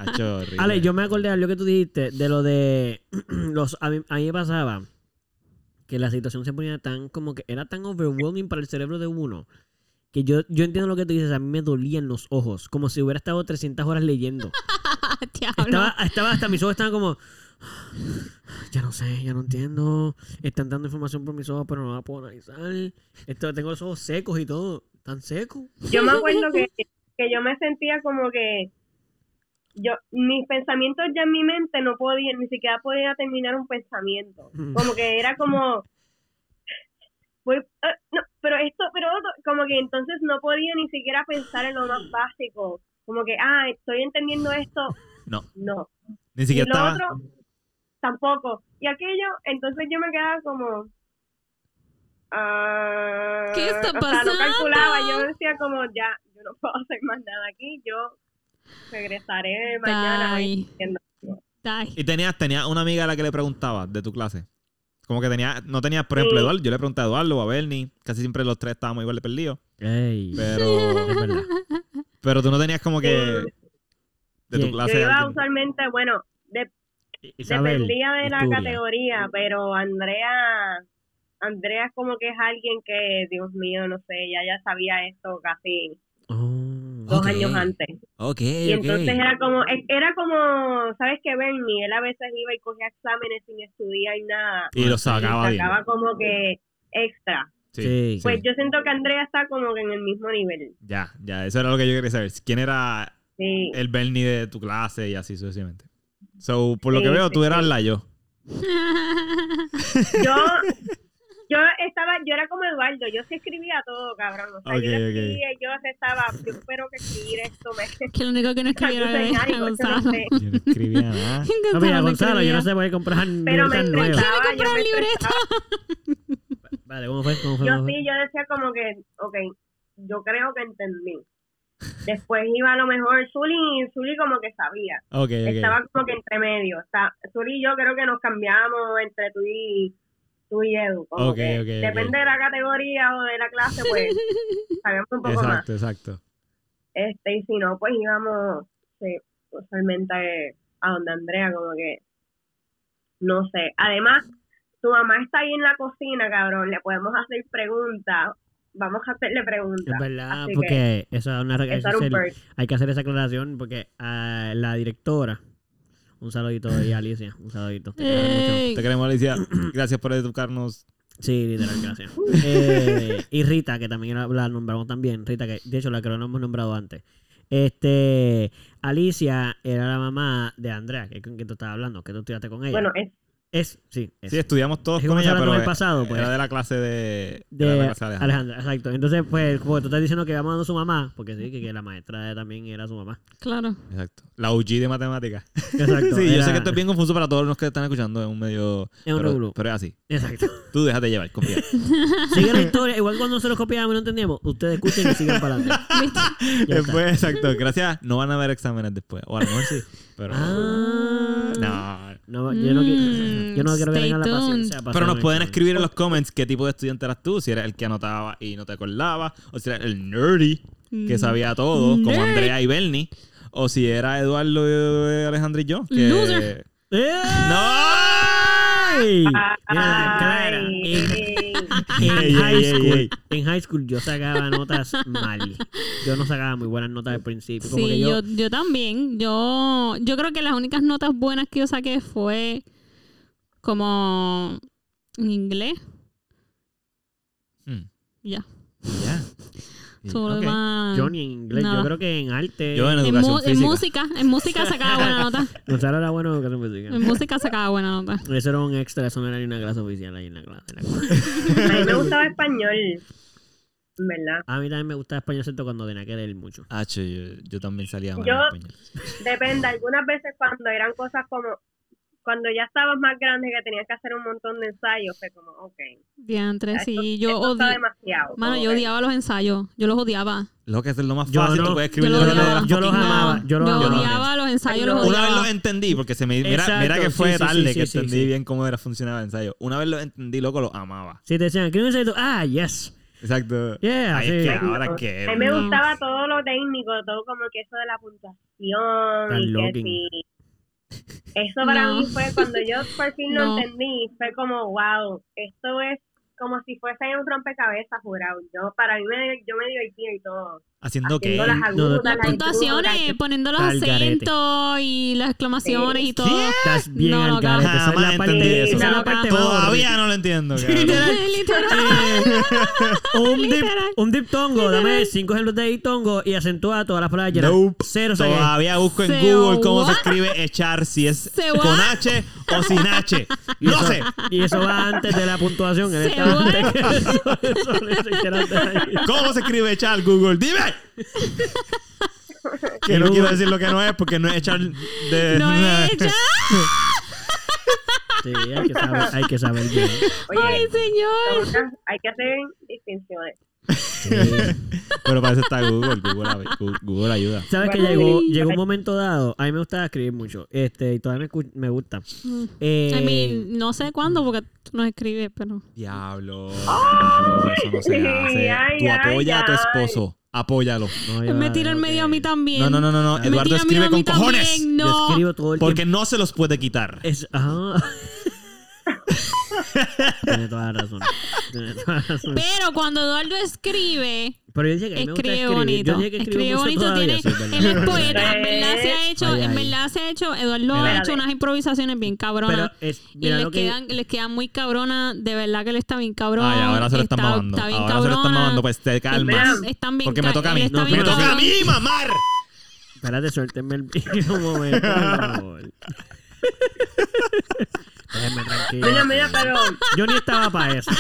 A: Hacho, horrible.
B: Ale, yo me acordé de algo que tú dijiste, de lo de los... A mí, a mí me pasaba que la situación se ponía tan como que era tan overwhelming para el cerebro de uno. Que yo, yo entiendo lo que tú dices, a mí me dolían los ojos, como si hubiera estado 300 horas leyendo.
C: Ah, diablo.
B: Estaba, estaba hasta mis ojos estaban como, ya no sé, ya no entiendo, están dando información por mis ojos, pero no la puedo analizar. Esto, tengo los ojos secos y todo, tan secos.
D: Yo me acuerdo que, que yo me sentía como que yo mis pensamientos ya en mi mente no podían, ni siquiera podía terminar un pensamiento. Como que era como... voy- ah, no, pero esto, pero otro, como que entonces no podía ni siquiera pensar en lo más básico. Como que, ah, estoy entendiendo esto.
A: No,
D: No.
A: ni
D: Y lo
A: siquiera estaba.
D: otro, tampoco. Y aquello, entonces yo me quedaba como... ah,
C: ¿Qué está
D: O sea, no
C: pasando?
D: calculaba, yo decía como, ya, yo no puedo hacer más nada aquí, yo regresaré mañana.
C: Ay.
D: entiendo.
C: Ay,
A: Y tenías, tenías una amiga a la que le preguntabas de tu clase. Como que tenía, no tenías, por ejemplo,
D: Sí.
A: Eduardo. Yo le pregunté a Eduardo o a Bernie. Casi siempre los tres estábamos igual de perdidos.
B: Ey,
A: Pero,
B: es verdad.
A: pero tú no tenías como que. De tu
B: ¿Quién?
A: clase.
D: Yo iba
A: alguien-
D: usualmente, bueno, de-
B: Isabel,
D: dependía de la
B: Asturias.
D: categoría, pero Andrea... Andrea es como que es alguien que, Dios mío, no sé, ella ya sabía esto casi
B: Oh.
D: dos
A: Ok.
D: años antes.
A: Ok,
D: Y entonces
A: ok.
D: era como, e, era como, ¿sabes qué, Bernie? Él a veces iba y cogía exámenes sin estudiar y nada.
A: Y lo sacaba
D: y
A: bien.
D: sacaba como que extra.
B: Sí.
D: Pues yo siento que Andrea está como que en el mismo nivel.
A: Ya, ya, eso era lo que yo quería saber. ¿Quién era
D: Sí.
A: el Bernie de tu clase y así sucesivamente? So, por lo
D: Sí,
A: que veo,
D: sí,
A: tú eras
D: sí.
A: la yo.
D: Yo, yo estaba, yo era como Eduardo, yo sí escribía todo, cabrón. O sea,
A: Ok,
D: yo lo
A: ok.
D: escribía y yo estaba, yo espero que escribir esto me...
C: Que lo único que no escribieron
D: Yo
C: es
D: soy
C: a
D: algo, yo no
C: Gonzalo.
D: sé.
A: Yo no escribía nada.
B: No, mira,
C: no
B: Gonzalo, yo
C: escribía.
B: no sé por qué comprar
D: Pero me
B: libretas nuevas.
D: estresaba, yo
C: comprar
D: me
C: libreta.
D: estresaba.
B: Vale, ¿cómo fue? ¿Cómo fue?
D: Yo
B: ¿Cómo fue?
D: sí, yo decía como que, ok, yo creo que entendí. Después iba a lo mejor Zuli y Zuli como que sabía.
A: Ok, ok.
D: Estaba como que entre medio. Está, Zuli y yo creo que nos cambiamos entre tú y, tú y Edu. como
A: Ok,
D: que
A: ok, ok.
D: Depende de la categoría o de la clase, pues sabemos un poco más.
A: Exacto, exacto.
D: Este, y si no, pues íbamos sí, usualmente a donde Andrea, como que, no sé. Además, tu mamá está ahí en la cocina, cabrón, le podemos hacer preguntas. Vamos a hacerle
B: Es
D: preguntas.
B: verdad,
D: Así que,
B: porque eso es una
D: eso era
B: es
D: un
B: el-
D: perk.
B: Hay que hacer esa aclaración porque ah, la directora. Un saludito ahí, Alicia. Un saludito. Te quiero mucho.
D: Eh.
C: Ey.
A: Te queremos, Alicia. Gracias por educarnos.
B: Sí, literal, gracias.
D: Uh.
B: Eh, y Rita, que también la, la nombramos también. Rita, que de hecho la que no hemos nombrado antes. Este, Alicia era la mamá de Andrea, que con quien tú estabas hablando, que tú estudiaste con ella.
D: Bueno, es,
B: es, sí, es.
A: Sí, estudiamos todos
B: Es
A: con
B: como
A: ella,
B: estaba
A: pero eh,
B: en el pasado, pues.
A: era de la clase de,
B: De
A: era de la clase de
B: Alejandra. exacto. Entonces, pues, como tú estás diciendo que vamos a su mamá, porque sí, que, que la maestra también era su mamá.
C: Claro.
A: Exacto. La UG de matemáticas.
B: Exacto.
A: sí, yo
B: era-
A: sé que esto es bien confuso para todos los que están escuchando. Es un medio...
B: Es un
A: pero,
B: revolú.
A: pero es así.
B: Exacto.
A: Tú déjate llevar, confía.
B: Sigue la historia. Igual cuando nosotros copiábamos y no entendíamos, ustedes escuchen y sigan para adelante.
C: ¿Viste?
B: Ya está.
A: después, exacto. Gracias. No van a haber exámenes después. O a lo mejor sí. Pero...
B: Ah.
A: No.
B: No, yo no, qui-
C: Mm,
B: yo no quiero que
C: stay
B: tengan la
C: tuned.
B: paciencia. para
A: Pero
B: hacer
A: nos
B: un
A: pueden
B: examen.
A: escribir en los comments qué tipo de estudiante eras tú. Si eras el que anotaba y no te acordabas. O si eras el nerdy
B: Mm.
A: que sabía todo, como
C: Nerd.
A: Andrea y Bernie. O si era Eduardo, eh, Alejandro y yo. Que...
C: Loser.
B: ¡Eh!
A: ¡No!
B: Mira, Clara,
D: ay,
B: en,
D: eh,
B: en
A: Ey, ey,
B: high
A: ey,
B: school,
A: ey.
B: en high school yo sacaba notas mal. Yo no sacaba muy buenas notas al principio. Como que
C: Sí,
B: yo,
C: yo, yo también. Yo, yo creo que las únicas notas buenas que yo saqué fue como en inglés.
A: Mm,
B: Hmm.
C: Ya.
A: ya. Sí,
C: Todo lo
A: ok.
C: demás-
B: yo ni en inglés,
C: nada.
B: yo creo que en arte.
A: Yo en
C: En,
A: educación
C: mu- en
A: física.
C: música, en música sacaba buena nota.
B: Gonzalo era bueno en educación física.
C: En música sacaba buena nota.
B: Eso era un extra, eso no era ni una clase oficial ahí en la clase. en la clase.
D: a mí me gustaba español, en ¿verdad?
B: A mí también me gustaba español, excepto cuando tenía que leer mucho.
A: Ah, che, yo, yo también salía mal
D: Yo-
A: en español.
D: Depende, algunas veces cuando eran cosas como, cuando ya estabas más grande que tenías que hacer un montón de ensayos, fue como, ok,
C: Diantre,
D: esto-
C: sí. Yo
D: esto está
C: odiaba.
D: demasiado.
C: Mano,
D: como
C: yo
D: que-
C: odiaba los ensayos. Yo los odiaba.
A: Lo que es lo más
B: Yo
A: fácil,
B: no.
A: tú puedes
C: Yo
A: escribir
C: los
A: de la-
C: odiaba.
B: yo los
C: No,
B: amaba, yo los amaba.
C: odiaba los ensayos, los
A: Una vez
C: odiaba.
A: los entendí, porque se me. Mira,
B: Exacto,
A: mira que
B: sí,
A: fue
B: sí,
A: tarde
B: sí,
A: que
B: sí, sí,
A: entendí
B: sí.
A: bien cómo era funcionaba el ensayo. Una vez lo entendí, loco, lo amaba.
B: Si te decían, ¿qué necesito? Ah, yes.
A: Exacto.
B: Yeah,
A: Ay,
B: sí.
A: es que
D: Ay, no.
A: ahora es que.
D: A mí me
C: No.
D: gustaba todo lo técnico, todo como que eso de la puntuación
B: Tan
D: y que
B: looking.
D: sí. Eso para
C: No.
D: mí fue cuando yo por fin lo
C: No.
D: entendí, fue como, wow, esto es como si fuese un rompecabezas, jurado. Yo, para mí, me, yo me divertía y todo.
A: Haciendo que.
D: Haciendo las agudas,
B: Las
D: las
C: Puntuaciones,
D: incrudas,
C: poniendo los
B: Al garete.
C: acentos y las exclamaciones y todo.
B: Estás bien
C: No,
B: al
C: loca.
B: garete. Esa es
A: Jamás
B: la
A: entendí
B: parte,
A: eso.
B: esa es la parte más horrible.
A: Todavía no lo entiendo. cabrón.
C: Literal.
B: un, dip-
C: Literal.
B: un diptongo, dame cinco ejemplos de diptongo y acentúa todas las palabras. llenas.
A: Nope.
B: Cero, o sea que-
A: Todavía busco en
C: Se
A: Google cómo se
C: va.
A: escribe echar, si es
C: Se va.
A: con H o sin H.
B: y
A: No
B: eso-
A: sé.
B: Y eso va antes de la puntuación. Él
C: Se
B: estaba
C: va.
B: antes que eso, eso le hicieron de ahí.
A: ¿Cómo se escribe echar, Google? ¡Dime! Que no quiero decir lo que no es porque no es echar de.
C: No es ella.
B: Sí, hay que saber, hay que saber bien.
D: Oye,
C: Ay, señor.
D: entonces, hay que hacer distinciones.
A: Pero para eso está Google. Google, Google- Google ayuda.
B: Sabes que
D: Bueno,
B: llegó,
D: sí.
B: llegó un momento dado. A mí me gustaba escribir mucho. Este, y todavía me, escu- me gusta. Eh,
C: I mean, no sé cuándo porque tú no escribes, pero.
A: Diablo. diablo, Eso no se hace.
D: Ay,
A: Tú
D: ay,
A: apoya a tu
D: ay.
A: esposo. Apóyalo.
B: no, yo-
C: Él me tira el medio a mí también.
A: No, no, no, no. no.
C: Me
A: Eduardo
C: tira el medio
A: escribe
C: a mí
A: con cojones.
C: también,
B: Yo
C: No.
B: escribo todo el
A: Porque
B: tiempo.
A: no se los puede quitar.
B: Es, ajá. Tiene toda la razón. Tiene toda la razón.
C: Pero cuando Eduardo escribe,
B: Pero yo dije que a mí me gusta
C: escribe
B: escribir.
C: bonito.
B: Yo dije que escribo
C: Escribe
B: mucho
C: bonito,
B: todavía,
C: tiene.
B: sí, es verdad.
C: Él es poeta, en verdad se ha hecho,
B: Ay,
C: en
B: ay.
C: verdad se ha hecho. Eduardo ha
A: Mira.
C: hecho unas improvisaciones bien
B: Pero
C: cabronas.
B: es,
C: Y
B: mira
C: les
B: lo que...
C: quedan, les quedan muy cabronas, de verdad que él está bien cabrón.
A: Ay, ahora se lo están
C: está,
A: mamando.
C: Está bien
A: Ahora se
C: cabrón.
A: lo están mamando. Pues te calmas.
C: Están bien
A: Porque me
C: ca-
A: toca a mí.
C: él está
A: No,
C: bien
A: me toca a
C: cabrón.
A: mí mamar.
B: Espérate, suéltenme el un momento, por favor. Déjenme tranquilo.
D: Mira, mira, pero
B: Yo ni estaba para eso.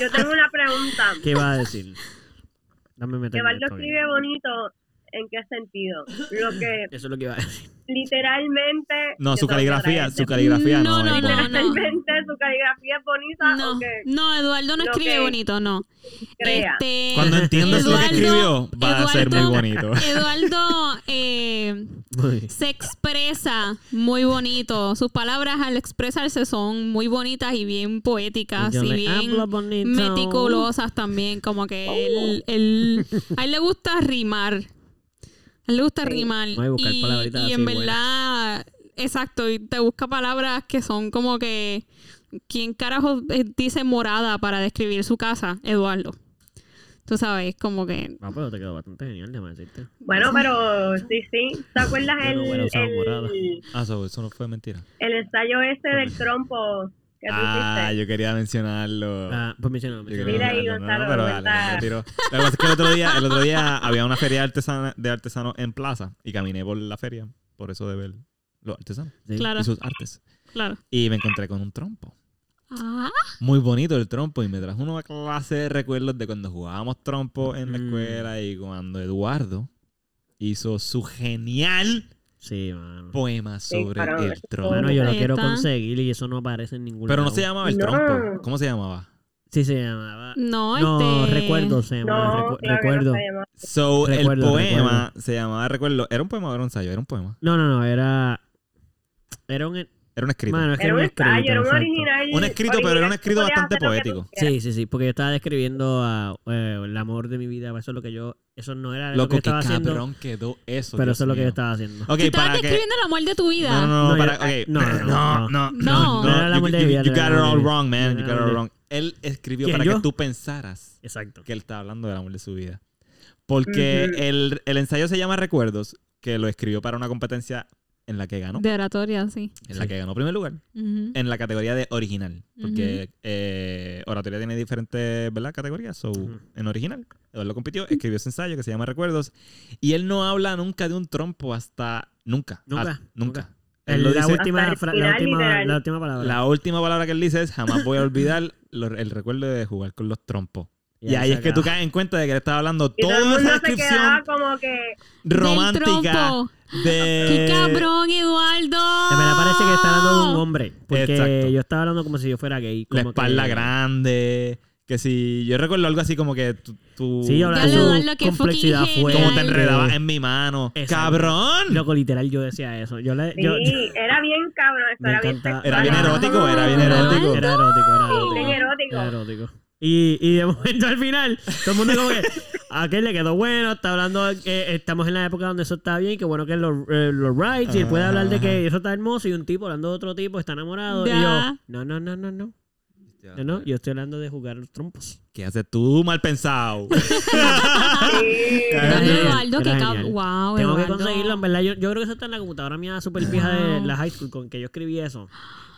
D: yo tengo una pregunta.
B: ¿Qué iba a decir? Dame meter.
D: Que Baldo escribe bonito, ¿en qué sentido? Lo que
B: Eso es lo que iba a decir.
D: literalmente...
A: No, su
D: yo tengo que
A: caligrafía, su
D: agradecerte.
A: caligrafía no. es
C: No, no,
A: buena.
C: no.
D: Literalmente su caligrafía es bonita
C: No,
D: o que
C: no, Eduardo no
D: Lo
C: escribe
D: que
C: bonito, no.
D: crea.
C: Este,
A: Cuando entiendas lo que
C: Eduardo-
A: escribió, va a ser muy
C: Eduardo-
A: bonito.
C: Eduardo eh,
B: Uy.
C: se expresa muy bonito. Sus palabras al expresarse son muy bonitas y bien poéticas
B: Yo
C: y
B: le
C: bien
B: hablo bonito.
C: meticulosas también. Como que él, él- a él le gusta rimar. A él le gusta rimar.
B: Voy a buscar
C: y,
B: palabritas
C: y
B: así
C: en
B: buenas.
C: verdad, exacto, y te busca palabras que son como que... ¿Quién carajo eh, dice morada para describir su casa? Eduardo. Tú sabes, como que...
B: Ah, pero te quedó bastante genial, déjame decirte.
D: Bueno, pero sí, sí. ¿Te acuerdas
B: Yo no
D: el,
B: hubiera usado morada.
D: el,
A: Ah, so, eso no fue mentira.
D: el ensayo ese del trompo que tú
A: Ah,
D: hiciste?
A: yo quería mencionarlo.
B: Ah, pues menciona,
A: Yo creo que
B: menciona.
D: Mira ahí,
A: no, no, no,
D: Gonzalo,
A: pero dale,
D: cuenta.
A: no me tiro. Lo que pasa es que el otro día, el otro día había una feria de artesana- de artesanos en plaza y caminé por la feria, por eso de ver los artesanos
B: Sí.
C: Claro,
A: y sus artes.
C: claro.
A: Y me encontré con un trompo.
C: Ah,
A: Muy bonito el trompo y me trajo una clase de recuerdos de cuando jugábamos trompo en la
B: Mm.
A: escuela y cuando Eduardo hizo su genial
B: Sí, mano.
A: poema sobre
D: claro,
A: el
D: eso es
A: trompo.
B: Mano, yo lo
C: Ahí
B: quiero
C: está.
B: conseguir y eso no aparece en ningún
A: Pero no
B: lado.
A: se llamaba el
D: No.
A: trompo. ¿Cómo se llamaba?
B: Sí se llamaba.
C: no,
B: No,
C: este...
B: recuerdo se llamaba.
D: No,
B: recu-
D: claro que
B: recuerdo.
D: no se llamaba.
A: So,
B: Recuerdo,
A: el poema se llamaba Recuerdo. ¿Era un poema o era un ensayo? Era un poema.
B: No, no, no, era. Era un. e-
A: Era un escrito.
B: Mano, es que
D: Era un
B: escrito,
D: ensayo, era un
B: exacto.
D: original.
A: Un escrito, pero
D: original
A: era un
D: que
A: escrito
D: podías
A: bastante
D: hacer lo que tú
A: poético.
D: quieras.
B: Sí, sí, sí, porque yo estaba describiendo a, eh, el amor de mi vida, pues eso es lo que yo, eso no era lo
A: Loco,
B: que yo
A: qué
B: estaba haciendo,
A: cabrón Ah, quedó eso.
B: pero
A: Dios
B: eso es lo que yo
A: mío.
B: estaba haciendo.
A: Ok,
C: Tú estabas
A: para que.
C: describiendo el amor de tu vida.
A: No, no, no,
B: No,
A: para.
B: yo-
A: ok.
B: no, no, Ah, no,
A: no,
C: no.
B: No era la
A: You-
B: mujer de
A: you-
B: vida,
A: You
B: era la
A: got it
B: mujer de
A: all
B: vida.
A: wrong, man.
B: No
A: You got
B: era
A: it
B: la
A: all
B: mujer.
A: wrong. Él escribió
B: ¿Quién,
A: para
B: yo?
A: que tú pensaras
B: Exacto.
A: que él estaba hablando del amor de su vida. Porque
D: Ujú.
A: el, el ensayo se llama Recuerdos, que lo escribió para una competencia en la que ganó.
C: De oratoria, sí.
A: En la que ganó primer lugar.
C: Ujú.
A: En la categoría de original. Porque eh, oratoria tiene diferentes ¿verdad? categorías. So,
B: Ujú.
A: En original, Eduardo compitió, escribió ese ensayo que se llama Recuerdos. Y él no habla nunca de un trompo hasta. Nunca.
B: Nunca,
A: Hasta- nunca.
B: nunca.
A: Él lo
B: la,
A: dice-
B: última,
D: Hasta el
B: fra- la,
D: final,
B: última,
D: literal.
B: la última palabra.
A: La última palabra que él dice es jamás voy a olvidar lo- el recuerdo de jugar con los trompos. Y, ahí
B: se
A: es que tú
B: acaba.
A: caes en cuenta de que le estaba hablando
D: Y todo el
A: toda
D: mundo
A: esa
D: se quedaba
A: descripción
D: como que...
A: romántica
C: trompo.
A: de...
C: ¡Qué cabrón, Eduardo!
B: De verdad Eh, parece que está hablando de
C: Ah.
B: un hombre, porque
A: Exacto.
B: yo estaba hablando como si yo fuera gay.
A: La
B: como que-
A: espalda grande. Que si yo recuerdo algo así como que tú... tú-
B: Sí, yo hablaba
C: Ya
B: de
C: le
B: su
C: dan lo que
B: complejidad
C: fucking
B: fue.
A: como
C: genial.
A: te enredabas en mi mano.
B: Exacto.
A: ¡Cabrón!
B: Loco, literal, yo decía eso. Yo le,
D: Sí,
B: yo, yo-
D: era bien cabrón, eso
B: Me
D: era bien
B: encanta.
D: sexual.
A: Era bien
D: Ah,
A: erótico, era bien
C: Era-
A: erótico.
B: Era erótico, era erótico.
D: Bien erótico.
B: Era erótico. Y, y de momento al final, todo el mundo como que a aquel le quedó bueno, está hablando, eh, estamos en la época donde eso está bien, que bueno que los, eh, los rights, y él puede hablar de que eso está hermoso, y un tipo hablando de otro tipo, está enamorado, y
C: Ya.
B: yo, no, no, no, no, no, no, no, yo estoy hablando de jugar los trompos.
A: ¿Qué haces tú, mal pensado?
D: Sí.
C: Eduardo,
B: Era genial,
C: Eduardo, qué
B: era
C: cabrón.
B: genial. Tengo
C: Wow,
B: que
C: Eduardo.
B: conseguirlo, en verdad, yo, yo creo que eso está en la computadora mía super vieja de
C: Wow.
B: la high school con que yo escribí eso,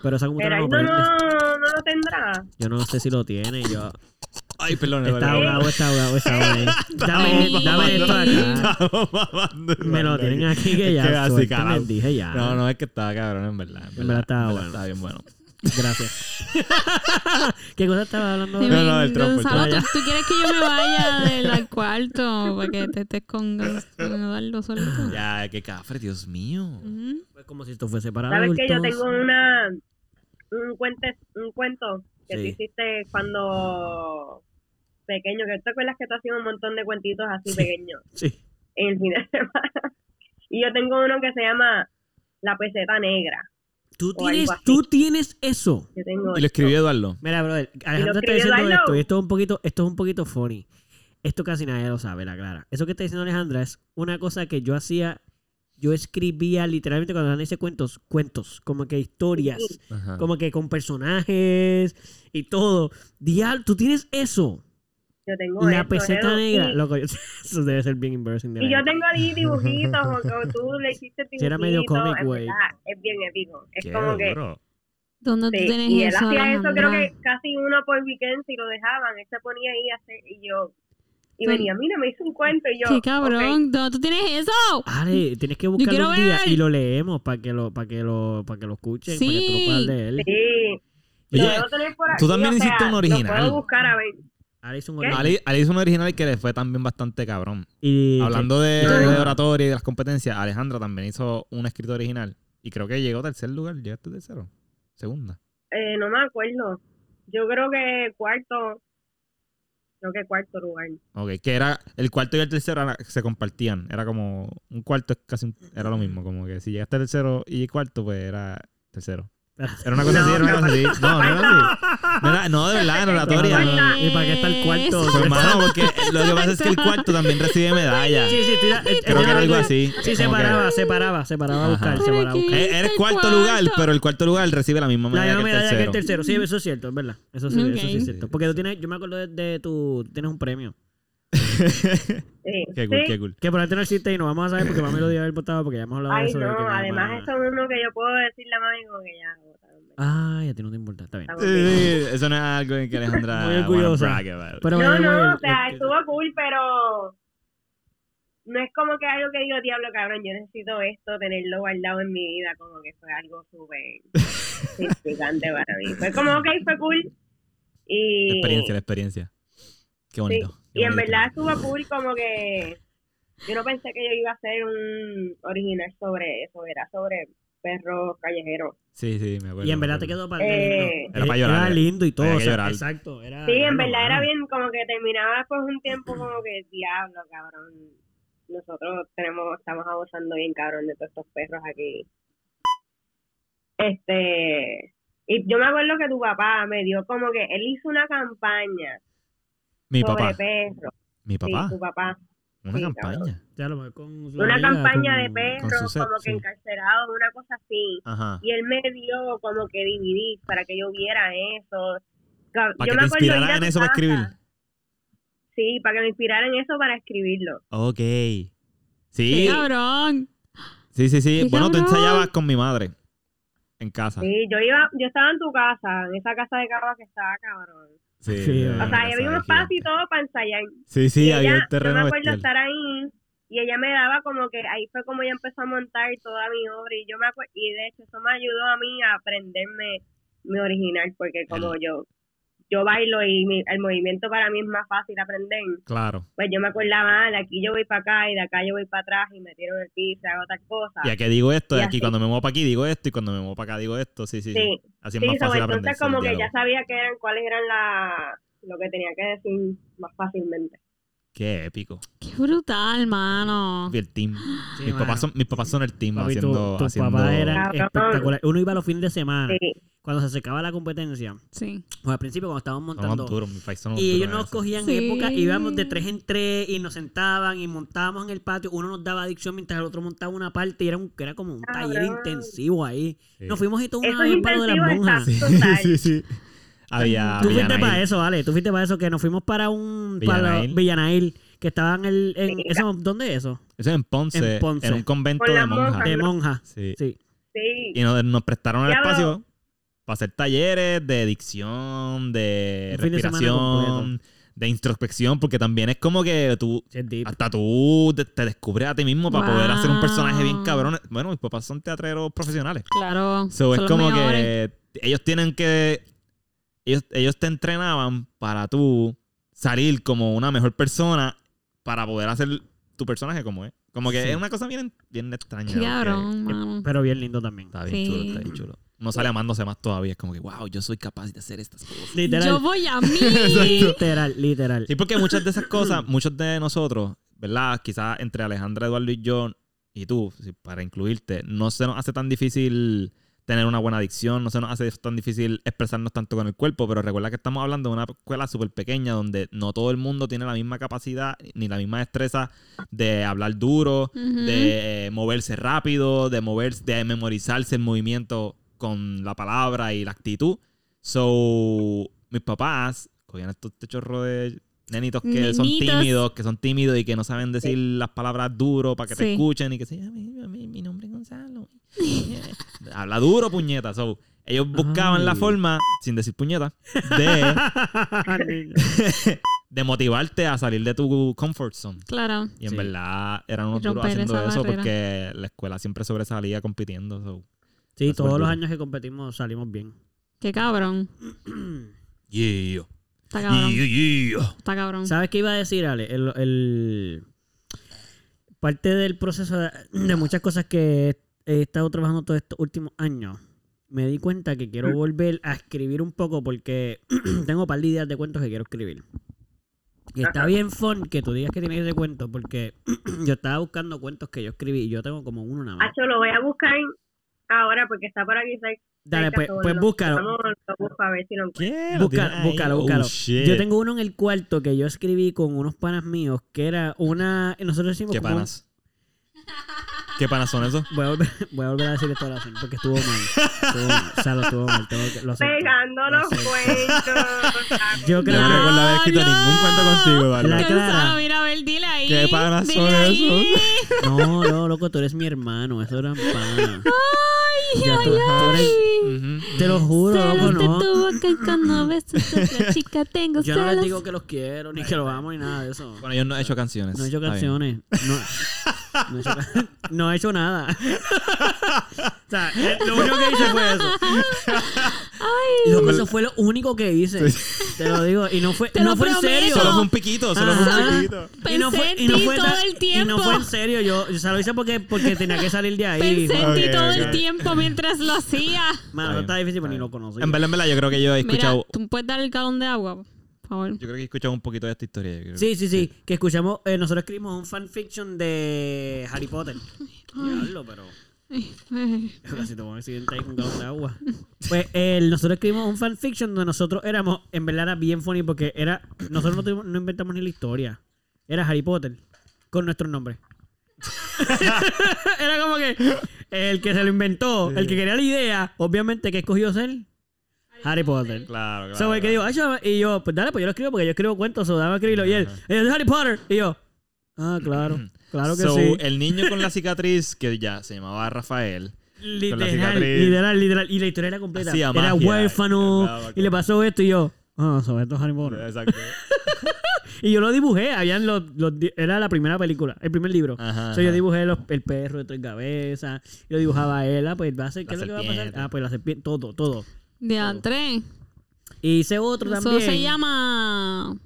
B: pero esa computadora no,
D: Gerardo no,
B: puede-
D: no lo tendrá.
B: yo no sé si lo tiene, yo...
A: Ay, perdón,
B: Está
A: Eduardo.
B: ahogado, está ahogado, está ahogado. Dame,
C: ahogado.
B: dame el fact.
A: Estamos babando,
B: Me lo
A: Eduardo,
B: tienen
A: aquí.
B: aquí que
A: Es que
B: ya.
A: así,
B: suerte,
A: carajo.
B: les dije ya.
A: No, no, es que estaba cabrón, en verdad. En verdad,
B: estaba
A: en
B: bueno.
A: Estaba bien bueno.
B: Gracias. ¿Qué cosa estaba hablando?
C: Sí,
A: No, no, el
C: me-
A: trompo, el
C: Gonzalo,
B: trompo.
C: ¿tú, tú quieres que yo me vaya del al cuarto para que te estés con, con Eduardo solito?
A: Ya, qué cafre, Dios mío.
C: Ujú.
B: Fue como si esto fuese para
D: Sabes que yo
B: adultos.
D: tengo una un cuento, un cuento que
B: Sí.
D: tú hiciste cuando pequeño, que te acuerdas que tú hacías un montón de cuentitos así pequeños
B: Sí.
D: en el fin de semana. Y yo tengo uno que se llama La peseta negra.
B: Tú
D: O algo
B: tienes,
D: así.
B: tú tienes eso.
D: Yo tengo
A: Y lo escribió Eduardo.
B: Mira, brother, Alejandro está
D: escribió
B: diciendo
D: Eduardo.
B: esto y esto es un poquito, esto es un poquito funny. Esto casi nadie lo sabe, la clara. Eso que está diciendo Alejandra es una cosa que yo hacía, yo escribía literalmente cuando Alejandra dice cuentos, cuentos, como que historias.
C: Ah.
A: Ajá.
B: como que con personajes y todo. Dial, tú tienes eso.
D: yo tengo
B: la
D: eso,
B: peseta
D: Edu.
B: negra.
D: Y-
B: Loco, yo- eso debe ser bien embarrassing. de
D: Y
B: verdad.
D: yo tengo ahí dibujitos, o, o tú le hiciste dibujitos.
B: Sí, era medio comic,
D: es
B: güey.
D: verdad, Es bien épico. Es
A: Qué
D: como que...
A: duro.
C: ¿Dónde tú
D: Sí,
C: tienes
D: y él
C: eso,
D: hacía eso, creo
C: Alejandra?
D: que casi uno por weekend si lo dejaban, él se ponía ahí a hacer- y yo, Y
C: Pero-
D: venía, mira, me hizo un cuento y yo.
C: ¡Qué
D: ok.
C: Pues, cabrón! ¿Dónde tú tienes eso?
B: Ale, tienes que buscarlo
C: quiero
B: un día
C: ver.
B: y lo leemos para que lo, para que lo, para que lo escuchen, para que tú lo puedas
C: Sí.
B: leer.
D: Sí.
A: Oye,
D: lo debo tener por
A: tú
D: aquí,
A: también
D: o
A: hiciste
D: sea,
A: un
D: lo
A: original.
D: puedo buscar a ver.
B: Ale hizo un
D: ¿Qué?
B: original.
A: Ali, Ali hizo un original que le fue también bastante cabrón.
B: Y
A: Hablando de,
B: Yo
A: de
B: tengo-
A: oratoria y de las competencias, Alejandra también hizo un escrito original. Y creo que llegó tercer lugar. ¿Llegaste tercero? Segunda.
D: Eh, no me acuerdo. Yo creo que cuarto. Creo que cuarto lugar.
A: Ok, que era el cuarto y el tercero era- se compartían. Era como un cuarto, es casi un- era lo mismo. Como que si llegaste tercero y cuarto, pues era tercero. Era una cosa así, era una cosa así. No, no era así. No, era- no, de verdad, en oratoria.
B: No, no, ¿Y para qué está el cuarto?
A: Pues, hermano, porque lo que pasa es que el cuarto también recibe medalla.
B: Sí, este, sí, estoy-
A: Creo que era algo así.
B: Sí, se
A: como que-
B: paraba, se paraba, se paraba
A: Ajá.
B: a buscar, se
C: Pero
B: paraba a
C: aquí-
B: buscar.
A: Eh, Eres cuarto,
C: Cuarto.
A: lugar, pero el cuarto lugar recibe la misma
B: La
A: medalla
B: misma
A: que el
B: medalla que el
A: tercero.
B: tercero. Sí, eso es cierto, es verdad. Eso sí, eso sí
C: Ok.
B: es cierto. Porque tú tienes, yo me acuerdo de, de tu, tienes un premio.
D: Sí.
A: Qué cool,
D: Eh, Sí.
A: qué cool.
B: Que por antes no existe y no vamos a saber porque mami lo dio haber votado porque ya hemos hablado de
D: Ay,
B: eso. de que
D: no,
B: mi
D: además
B: mamá-
D: eso es uno que yo puedo decirle a mami como que ya botaron.
B: Ay, a ti no te importa, está bien.
D: Está
A: Sí, sí, eso no es algo en que Alejandra
B: Muy
A: wanna
B: orgullosa.
A: brag about.
B: Pero
D: No,
B: by the way,
D: no, o sea,
B: este,
D: estuvo cool, pero no es como que algo que digo, diablo, cabrón, yo necesito esto, tenerlo guardado en mi vida, como que fue algo súper significante para mí. Fue como, ok, fue cool.
A: La
D: Y,
A: experiencia, la experiencia. Qué
D: sí,
A: bonito. qué
D: y en
A: bonito.
D: verdad estuvo cool, como que yo no pensé que yo iba a hacer un original sobre eso, era sobre perros callejeros.
A: Sí, sí, me acuerdo.
B: Y en
A: me
B: verdad te
A: acuerdo.
B: quedó para
D: Eh,
B: lindo.
A: Era para llorar,
B: Era lindo y todo.
A: había
B: o
A: que
B: sea,
A: llorar.
B: exacto. Era,
D: Sí,
B: era
D: en
B: lo
D: verdad era
B: más.
D: bien como que terminaba después un tiempo como que diablo, cabrón. Nosotros tenemos estamos abusando bien cabrón de todos estos perros aquí. Este, y yo me acuerdo que tu papá me dio como que él hizo una campaña
A: Mi
D: sobre
A: papá.
D: perros.
A: Mi papá.
D: Sí, tu papá.
A: Una
D: sí,
A: campaña.
B: Ya lo mejor con su
D: Una
B: amiga,
D: campaña
B: con-
D: de
A: con
D: perros
A: Suzette,
D: como que
A: sí.
D: encarcelados, una cosa así.
A: Ajá.
D: Y él me dio como que dividir para que yo viera eso. Cab-
A: Para
D: yo
A: que
D: me
A: te
D: acuerdo ir a
A: inspirara
D: tu
A: en eso para
D: casa.
A: escribir.
D: Sí, para que me inspiraran eso para escribirlo.
A: Ok.
C: ¡Qué
A: Sí,
C: cabrón!
A: sí, sí, sí.
C: Qué
A: Bueno, tú
C: cabrón.
A: ensayabas con mi madre. En casa.
D: Sí, yo iba, yo estaba en tu casa, en esa casa de Cava que estaba cabrón.
A: Sí.
B: Sí,
A: era
B: o
D: O
A: una
D: sea,
A: casa
D: ya había un
A: gigante.
D: espacio y todo para ensayar.
A: Sí,
D: Y
A: sí, había
D: ella,
A: un terreno
D: yo me acuerdo
A: bestial.
D: estar ahí y ella me daba como que ahí fue como ella empezó a montar toda mi obra y yo me acuerdo, y de hecho eso me ayudó a mí a aprenderme mi original porque como yo yo bailo y mi- el movimiento para mí es más fácil aprender,
A: Claro.
D: pues yo me acordaba, ah, de aquí yo voy para acá y de acá yo voy para atrás y me tiro en el piso y hago tal cosa.
A: Y aquí digo esto,
D: Y
A: y aquí
D: así.
A: cuando me muevo para aquí digo esto, y cuando me muevo para acá digo esto. Sí, sí, sí.
D: Sí.
A: Así es
D: Sí,
A: más
D: so,
A: fácil aprender.
D: entonces como que ya sabía que eran cuáles eran la, lo que tenía que decir más fácilmente.
A: Qué épico.
C: ¡Qué brutal, mano!
A: Vi el team.
B: Sí,
A: mis,
B: mano.
A: papás son, mis papás son el team
B: Papi, tu,
A: haciendo.
B: tu
A: haciendo...
B: papá era
D: Cabrón.
B: espectacular. Uno iba los fines de
A: Ah.
B: semana.
D: Sí,
B: Cuando se acercaba la competencia,
C: Sí.
B: o al principio cuando estábamos
A: Son más
B: montando,
A: duros, mis papás son más
B: Y ellos
A: duros en
B: nos
A: eso.
B: cogían
C: Sí.
B: época, íbamos de tres en tres y nos sentaban y montábamos en el patio. Uno nos daba adicción mientras el otro montaba una parte y era, un, era como un taller
D: Cabrón.
B: intensivo ahí.
A: Sí.
B: Nos fuimos y todo
D: Eso
B: una
D: es
B: vez para lo de las
D: intensivo,
B: monjas.
D: exacto.
A: Sí,
D: Total.
A: sí, sí. Había.
B: Tú
A: había
B: fuiste para
A: Nail.
B: eso, Ale. Tú fuiste para eso que nos fuimos para un. Para
A: Villanail.
B: Villanail, que estaba en el. En,
D: Mira.
B: eso, ¿Dónde es eso?
A: Eso es en Ponce,
B: En
A: en
B: Ponce.
A: un convento
D: Con
A: de
D: las
A: monjas.
D: monjas.
B: De monja.
A: Sí.
B: Sí.
D: sí.
A: Y nos, nos prestaron el
D: Diablo.
A: espacio para hacer talleres de dicción, de
B: Un fin de semana
A: respiración, de introspección, porque también es como que tú.
B: Sí, es deep.
A: Hasta tú te, te descubres a ti mismo para poder hacer un personaje bien
C: Wow.
A: cabrón. Bueno, mis papás son teatreros profesionales.
C: Claro.
A: So,
C: son
A: es
C: los
A: como
C: mejores.
A: que ellos tienen que. Ellos, ellos te entrenaban para tú salir como una mejor persona para poder hacer tu personaje como es. Como que
B: Sí.
A: es una cosa bien, bien extraña.
C: ¡Qué
A: porque
C: cabrón, mano!
B: Pero bien lindo también.
A: Está bien chulo,
C: Sí.
A: está bien chulo. Uno sale amándose más todavía. Es como que, wow, yo soy capaz de hacer estas cosas.
C: Yo
B: Literal.
C: voy a
A: Exacto.
C: mí.
B: Literal, literal.
A: Sí, porque muchas de esas cosas, muchos de nosotros, ¿verdad? Quizás entre Alejandra, Eduardo y yo, y tú, sí, para incluirte, no se nos hace tan difícil tener una buena adicción, no se nos hace tan difícil expresarnos tanto con el cuerpo, pero recuerda que estamos hablando de una escuela súper pequeña donde no todo el mundo tiene la misma capacidad ni la misma destreza de hablar duro,
C: Ujú.
A: de eh, moverse rápido, de moverse, de memorizarse el movimiento con la palabra y la actitud. So, mis papás cogían estos chorros de nenitos que son
C: Nenitos.
A: tímidos, que son tímidos y que no saben decir las palabras duro para que
C: Sí.
A: te escuchen y que se llame, mi, mi nombre es Gonzalo. Habla duro, puñeta. So, ellos buscaban la
B: Ay.
A: forma, sin decir puñeta, de, de motivarte a salir de tu comfort zone.
C: Claro.
A: Y en
B: Sí.
A: verdad eran unos
C: Y
A: duros
C: romper
A: haciendo
C: esa
A: eso
C: barrera.
A: porque la escuela siempre sobresalía compitiendo. so.
B: Sí,
A: Está
B: todos
A: súper
B: los
A: duro.
B: años que competimos salimos bien.
C: Qué cabrón.
A: Yeah.
C: Está cabrón.
A: Yeah, yeah.
C: Está cabrón.
B: ¿Sabes qué iba a decir, Ale? El, el- Parte del proceso de, de muchas cosas que he estado trabajando todos estos últimos años, me di cuenta que quiero volver a escribir un poco porque tengo un par de ideas de cuentos que quiero escribir. Y está bien fun que tú digas que tienes de cuentos porque yo estaba buscando cuentos que yo escribí y yo tengo como uno nada más.
D: Acho, lo voy a buscar ahora porque está por aquí. cerca,
B: Dale, pues,
D: so
B: pues
D: lo-
B: búscalo.
D: vamos, lo busco a ver si lo encuentro.
A: ¿Qué?
B: Busca-
A: Lo tiene ahí.
B: búscalo,
A: Oh,
B: búscalo.
A: shit.
B: Yo tengo uno en el cuarto que yo escribí con unos panas míos que era una... Nosotros decimos
A: ¿Qué
B: como-
A: panas? ¿Qué panas son esos?
B: Voy a volver, voy a, volver a decir esto a la gente porque estuvo mal. Estuvo mal. O sea, lo estuvo mal. tengo que- lo acepto.
D: Pegando
B: Lo
D: los
B: acepto.
D: cuentos.
B: Yo
A: Yo
B: creo
A: no
B: que...
A: recuerdo haber escrito
C: ¡Diablo!
A: ningún cuento contigo, Eduardo.
B: La-
C: Gonzalo,
B: Clara.
C: mira, a ver, dile ahí.
A: ¿Qué panas
C: dile
A: son
C: ahí.
A: esos?
B: No, no, loco, tú eres mi hermano. Eso era pana.
C: Ay,
B: Ya tú- tú eres-
A: Ujú.
B: Te lo juro, loco,
C: Celos de
B: no.
C: tu boca cuando besas a otra chica tengo
B: Yo no les
C: celos.
B: digo que los quiero, ni que los amo, ni nada de eso.
A: Bueno, yo no he hecho canciones.
B: No he hecho
A: Está bien.
B: canciones. No, no, he hecho, ca- no he hecho nada. o sea, eh, lo único que hice fue eso.
C: Ay,
B: Loco, eso fue lo único que hice. Te lo digo. Y no fue,
C: Te
B: no
C: lo
B: fue en serio.
C: prometo.
A: Solo fue un piquito, solo fue
B: Ajá.
A: un piquito.
C: pensé en ti todo
B: tan-
C: el
B: Y
C: tiempo.
B: no fue en serio, yo, yo se lo hice porque, porque tenía que salir de ahí.
C: pensé en ti
A: Ok,
C: todo
A: ok.
C: el tiempo mientras lo hacía.
B: Mano,
A: Está bien,
B: no está difícil,
A: está
B: pero ni
A: bien.
B: lo conocí.
A: En verdad, en verdad, yo creo que yo he
C: Mira,
A: escuchado.
C: tú me puedes dar el galón de agua, por favor.
A: Yo creo que he escuchado un poquito de esta historia. yo creo.
B: Sí, sí, sí, que escuchamos, eh, nosotros escribimos un fanfiction de Harry Potter. Diablo, pero casi tuvo un accidente ahí con un galón de agua. Pues eh, nosotros escribimos un fanfiction donde nosotros éramos, en verdad era bien funny porque era, nosotros no, tuvimos- no inventamos ni la historia. Era Harry Potter con nuestro nombre. era como que el que se lo inventó, el que quería la idea, obviamente que escogió ser Harry Potter.
A: Claro, claro.
B: So, el que digo, "Ay, yo-" y yo, pues dale, pues yo lo escribo porque yo escribo cuentos, o dame a escribirlo. Y él, "Eh, es Harry Potter. Y yo, ah, claro, claro que
A: So,
B: sí.
A: el niño con la cicatriz, que ya se llamaba Rafael. con la
B: Literal,
A: cicatriz.
B: literal, literal. Y la historia era completa.
A: Hacía
B: Era
A: magia,
B: huérfano,
A: ¿verdad?
B: y le pasó esto, y yo, ah, sobre esto es Harry Potter.
A: Exacto.
B: Y yo lo dibujé, habían los, los di- era la primera película, el primer libro.
A: Ajá,
B: So, yo
A: ajá.
B: dibujé los- el perro de tres cabezas, yo dibujaba a él, ah, pues va a ser, ¿qué
A: La
B: es lo que va a pasar?
A: serpiente.
B: Ah, pues la serpiente, todo, todo.
C: De a tres.
B: Y hice otro
C: Eso
B: también.
C: se llama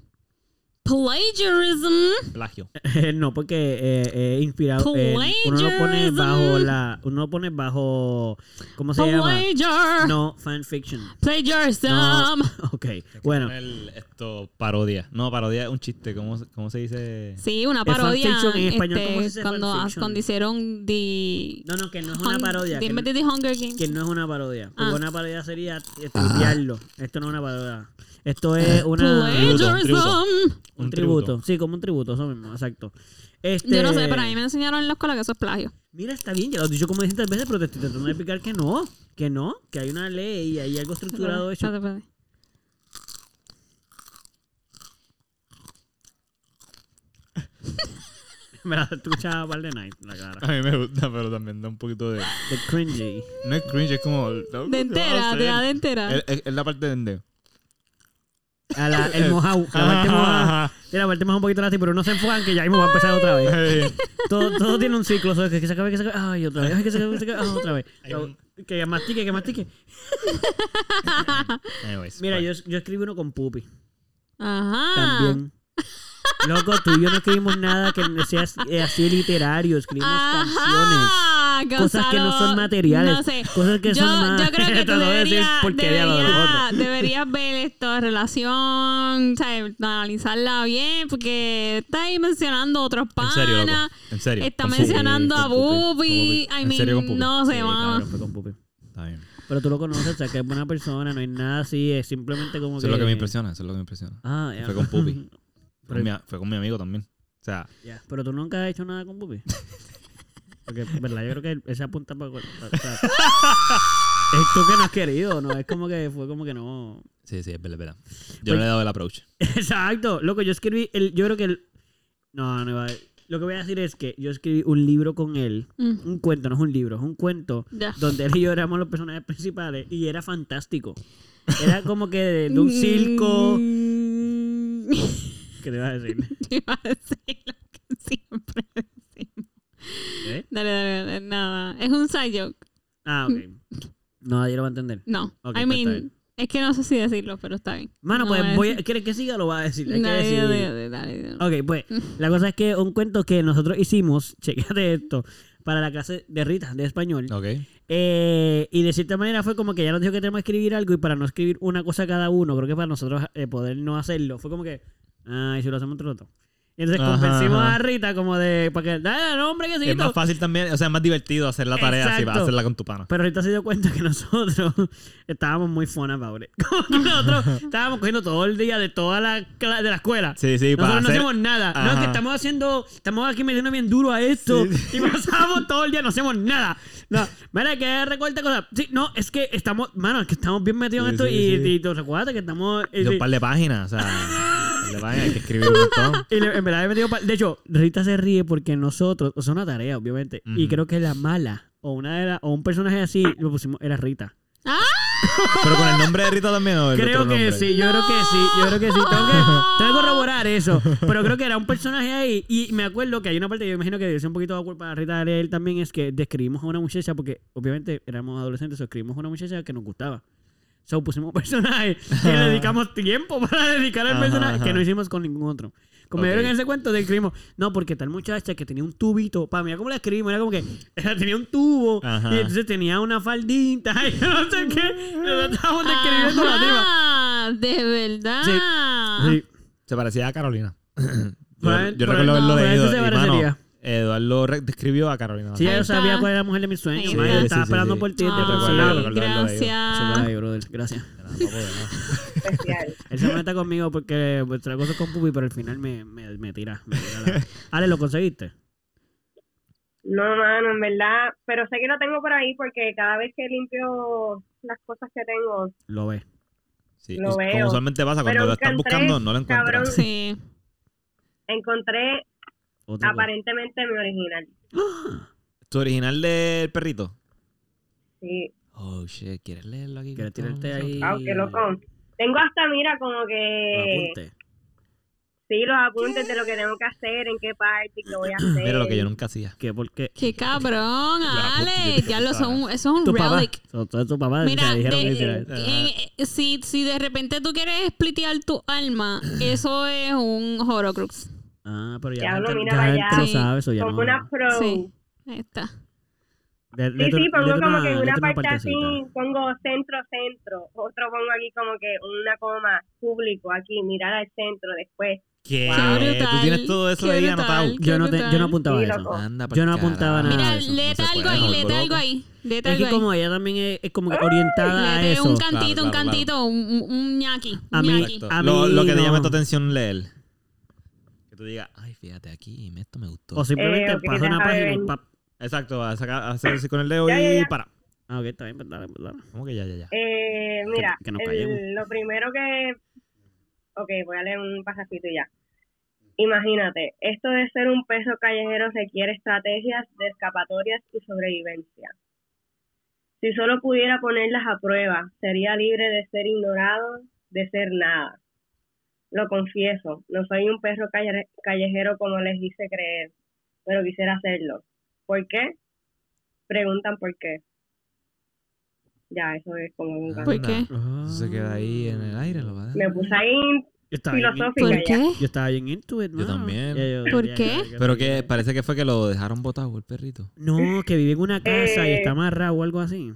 C: plagiarism.
A: Plagio.
B: Eh, no, porque eh, eh, inspirado. eh, uno lo pone
C: Plagiarism.
B: bajo la. Uno lo pone bajo. ¿Cómo se llama?
C: Plagiar.
B: No, fanfiction.
C: Plagiarism.
B: No. Ok, bueno.
A: El- esto, parodia. No, parodia es un chiste. ¿Cómo, se- cómo se dice?
C: Sí, una
B: Es
C: parodia.
B: fanfiction en español,
C: este,
B: ¿cómo se dice
C: cuando,
B: fanfiction?
C: cuando hicieron The.
B: No, no, que no es una
C: Hun-
B: parodia.
C: The
B: Que,
C: Invented the Hunger Games.
B: que no es una parodia. Porque
C: Ah.
B: una parodia sería estudiarlo. Esto no es una parodia. Esto es una.
C: ¿eh?
A: Play. tributo,
C: plagiarism.
B: Un tributo. Sí, como un tributo, eso mismo, exacto. Este,
C: Yo no sé, pero a mí me enseñaron en la escuela que eso es plagio.
B: Mira, está bien, ya lo he dicho como 200 veces, pero te estoy tratando de explicar que no. Que no, que hay una ley y hay algo estructurado hecho.
C: Espérate, espérate.
B: Me la escuchaba par de night, la cara.
A: A mí me gusta, pero también da un poquito de.
B: The cringy.
A: No es cringe, es como. no,
C: De
A: ¿qué vas a
C: entera,
A: hacer?
C: de, a de entera.
A: Es- Es es la parte de Endeo.
B: A la, el mojau. La parte
A: Ajá,
B: mojada.
A: ajá.
B: Sí, la parte más un poquito así, pero no se enfocan que ya mismo va a empezar otra vez. Todo, todo tiene un ciclo, ¿sabes? Que se acabe, que se acabe. Ay, otra vez, ay, que se acabe, que se acabe. Ah, otra vez. Que mastique, que mastique.
A: Anyways,
B: Mira,
A: bueno.
B: yo, yo escribí uno con Pupi.
C: Ajá.
B: También. Loco, tú y yo no escribimos nada que no sea así- eh, así literario. Escribimos canciones.
C: Ajá,
B: Cosas que no son
C: Gonzalo,
B: materiales,
C: No sé.
B: cosas que
C: yo,
B: son más-
C: Yo creo que
B: Te
C: tú
B: lo voy a decir
C: deberías,
B: porquería lo de los
C: deberías, deberías ver esto de relación, ¿sabes? analizarla bien, porque está ahí mencionando otros
A: En
C: panas.
A: serio, loco. En serio.
C: Está
A: Con Pupi,
C: mencionando a
A: con Pupi, con
C: Bubi. I
A: En
C: mean,
A: serio, con Pupi.
C: no sé,
B: Sí,
C: mano.
B: cabrón, fue con Pupi.
A: Está bien.
B: Pero tú lo conoces, o sea, que es buena persona, no hay nada así, es simplemente como
A: Eso es lo que me impresiona, eso es lo que me impresiona.
B: Ah, ya.
A: Fue con Pupi. Fue con
B: Pero-
A: mi, fue con mi amigo también. O sea,
B: Ya, pero tú nunca has hecho nada con Pupi. Porque, en verdad, yo creo que él- él se apunta para. cual- para- para- es tú que no has querido, ¿no? Es como que fue como que no.
A: sí, sí, es verdad, Pues es verdad. Yo no le he dado el approach.
B: Exacto, loco, yo escribí. El, yo creo que el. No, no iba a. Lo que voy a decir es que yo escribí un libro con él.
C: Mm.
B: Un cuento, no es un libro, es un cuento
C: Ya.
B: donde él y yo éramos los personajes principales y era fantástico. Era como que de, de un circo.
C: Mm.
B: ¿Qué te iba a decir?
C: Yo iba a decir lo que siempre decimos.
B: ¿Eh?
C: Dale, dale, dale. Nada. Es un side joke.
B: Ah, ok. No, nadie lo va a entender.
C: No.
B: Ok,
C: I
B: pues está bien.
C: mean, es que no sé si decirlo, pero está bien.
B: Mano,
C: No
B: pues voy a,
C: decir.
B: ¿quieres que siga o lo va a decir? Hay que
C: Dale,
B: decidir.
C: dale, dale, dale, dale.
B: Ok, pues la cosa es que un cuento que nosotros hicimos, checate esto, para la clase de Rita de español.
A: Ok.
B: eh, y de cierta manera fue como que ya nos dijo que tenemos que escribir algo y para no escribir una cosa cada uno, creo que para nosotros eh, poder no hacerlo, fue como que, ay, si lo hacemos entre los dos. Y Entonces
A: Ajá,
B: convencimos
A: ajá.
B: a Rita como de, para que, dale, no, hombre, que sí.
A: Es más fácil también, o sea, es más divertido hacer la tarea si vas a
B: Exacto.
A: hacerla con tu pana.
B: Pero ahorita se dio cuenta que nosotros estábamos muy fun about it. Como que nosotros estábamos cogiendo todo el día de toda la, cla- de la escuela.
A: Sí, sí,
B: Nosotros
A: para
B: no
A: hacer-
B: hacemos nada. No, es
A: Ajá.
B: que estamos haciendo, estamos aquí metiendo bien duro a esto. Y pasamos todo el día, no hacemos nada. No, mira que recorta cosas. Sí, no, es que estamos, mano, es que estamos bien metidos en
A: Sí,
B: esto
A: sí,
B: y,
A: sí.
B: y te recuerdas que estamos. y-
A: Y un
B: sí.
A: par de páginas, o sea, un par de páginas, hay que escribir un montón.
B: Y le- en verdad he metido pa- De hecho, Rita se ríe porque nosotros, o sea, una tarea, obviamente. Y
A: Ujú.
B: creo que la mala, o una de las, o un personaje así, lo pusimos, era Rita.
A: Pero con el nombre de Rita también, ¿o el
B: Creo
A: otro
B: que
A: nombre?
B: sí, yo creo que sí, yo creo que sí. Tengo que, tengo que corroborar eso. Pero creo que era un personaje ahí. Y me acuerdo que hay una parte, yo imagino que debe ser un poquito de para Rita Ariel también, es que describimos a una muchacha, porque obviamente éramos adolescentes, so, escribimos a una muchacha que nos gustaba. So pusimos un personaje que le dedicamos tiempo para dedicar al
A: Ajá,
B: personaje que
A: ajá.
B: no hicimos con ningún otro. Como
A: Ok.
B: vieron en ese cuento, describimos, no, porque tal muchacha que tenía un tubito, para mí, ¿cómo la escribimos? Era como que ella tenía un tubo
A: Ajá.
B: y entonces tenía una faldita y no sé qué. Nosotros estábamos describiendo la tipa.
C: Ajá, Ah, de verdad.
B: Sí.
A: Se parecía a Carolina. Yo-
B: Probable-
A: yo recuerdo haberlo
B: probablemente
A: leído.
B: se
A: y, mano,
B: parecería.
A: Eduardo re- describió a Carolina. Bastante.
B: Sí, ya yo
C: está.
B: sabía cuál era la mujer de mis
C: Ahí
B: sueños.
C: está.
B: Mayo,
A: Sí,
B: estaba
A: sí, sí,
B: esperando
A: sí.
B: por ti.
A: Yo
B: te
A: recuerdo,
C: Ay,
A: yo
B: consigo.
A: recuerdo. haberlo leído.
C: ah,
D: Ah.
C: gracias.
B: Ay, brother, gracias.
A: Era un poco de-
D: especial.
B: Él se meta conmigo porque pues, traigo cosas con Pupi, pero al final me, me, me tira. me tira la- Ale, ¿lo conseguiste?
D: No, mano, en verdad, pero sé que lo tengo por ahí porque cada vez que limpio las cosas que tengo,
B: Lo ve.
A: Sí,
D: Lo
A: us-
D: veo.
A: como usualmente pasa, cuando
D: Pero
A: lo están
D: encontré,
A: buscando, no lo encuentran.
D: cabrón.
C: Sí.
D: encontré
B: Otra cosa.
D: aparentemente mi original.
A: ¿Tu original del perrito?
D: Sí,
A: Oh, shit, ¿quieres leerlo aquí?
B: ¿Quieres tirarte
A: Nosotros.
B: ahí?
D: aunque loco. Tengo hasta, mira, como
B: Lo
D: que
B: apunte.
D: sí, los apuntes de lo que tengo que hacer, en qué parte, qué voy a hacer.
A: Mira lo que yo nunca hacía.
B: ¿Qué? ¿Por qué?
C: Qué cabrón,
A: Ya, pues,
C: Ale.
A: yo te
C: Ya lo son,
A: contaba.
C: eso es un
B: Tu papá.
C: relic.
B: So, Todos tus
A: Ah,
B: papás
C: Mira,
B: te dijeron
C: de-
B: que hicieras eso.
C: en- eh, si, si de repente tú quieres splitear tu alma, eso es un horocrux.
B: Ah, pero ya.
D: Ya
B: la
D: lo
B: gente-
D: mira
B: ya
D: para
B: la
D: allá.
B: gente lo
C: Sí.
B: sabe, eso ya
D: Como
B: no-
D: una pro.
C: Sí. Ahí está.
B: Le-
D: Sí,
B: le-
D: sí,
B: le-
D: pongo
B: le-
D: como que
B: le-
D: una
B: le-
D: parte así,
B: partecita.
D: pongo centro, centro. Otro pongo aquí como que una coma, público, aquí, mirar al centro después.
A: ¿Qué?
C: Qué
A: Tú
C: brutal,
A: tienes todo eso
C: qué
A: ahí
C: brutal.
A: anotado.
C: Qué
B: Yo no, te- yo no
C: brutal.
B: apuntaba
D: Sí,
B: eso.
D: loco.
A: Anda pa'l
B: Yo no apuntaba
A: carajo.
B: nada
C: Mira,
B: de eso, no
C: léete
A: Ah, se
C: algo
A: puede,
C: ahí,
A: nos
C: léete
A: volvemos
C: algo ahí. Léete
B: Es
C: algo
B: que
C: ahí.
B: como ella también es, es como que orientada a
C: Léete
B: eso.
C: un cantito,
A: Claro, Ah,
C: un
A: claro,
C: cantito, un, un- un ñaki.
B: A mí-
C: ñaki.
A: Exacto.
B: A
A: Lo,
B: mí
A: lo que te
B: no.
A: llama tu atención, leer. Que tú digas, ay, fíjate aquí, esto me gustó.
B: O simplemente
D: Eh, ok,
B: pasa una
D: déjame
B: página y
D: ver.
B: pap.
A: Exacto, a sacar, a hacer así con el dedo
D: Ya, ya,
A: y
D: ya.
A: para.
B: Ah, ok, está bien, pues dale, pues dale.
A: ¿Cómo que ya, ya, ya?
D: Eh, mira,
B: que nos
D: el-
B: callemos.
D: lo primero que... Ok, voy a leer un pasajito y ya. Imagínate, esto de ser un peso callejero requiere estrategias de escapatorias y sobrevivencia. Si solo pudiera ponerlas a prueba, sería libre de ser ignorado, de ser nada. Lo confieso, no soy un perro calle- callejero como les hice creer, pero quisiera hacerlo. ¿Por qué? Preguntan por qué. Ya, eso es como un
A: Ah.
B: Pues
D: canto.
C: ¿Por qué?
A: Eso se queda ahí en el aire, lo va a dar.
D: Me puse ahí
B: Yo estaba bien in-
D: filosófica
C: ¿Por
D: ya.
C: qué?
B: Yo estaba bien into it,
A: Yo
B: mano.
A: también.
B: Ya yo-
C: ¿Por
B: ya- ya-
C: qué?
B: ya-
A: Pero
B: ya-
A: que parece que fue que lo dejaron botado el perrito.
B: No, que vive en una casa y
D: Eh.
B: está amarrado o algo así.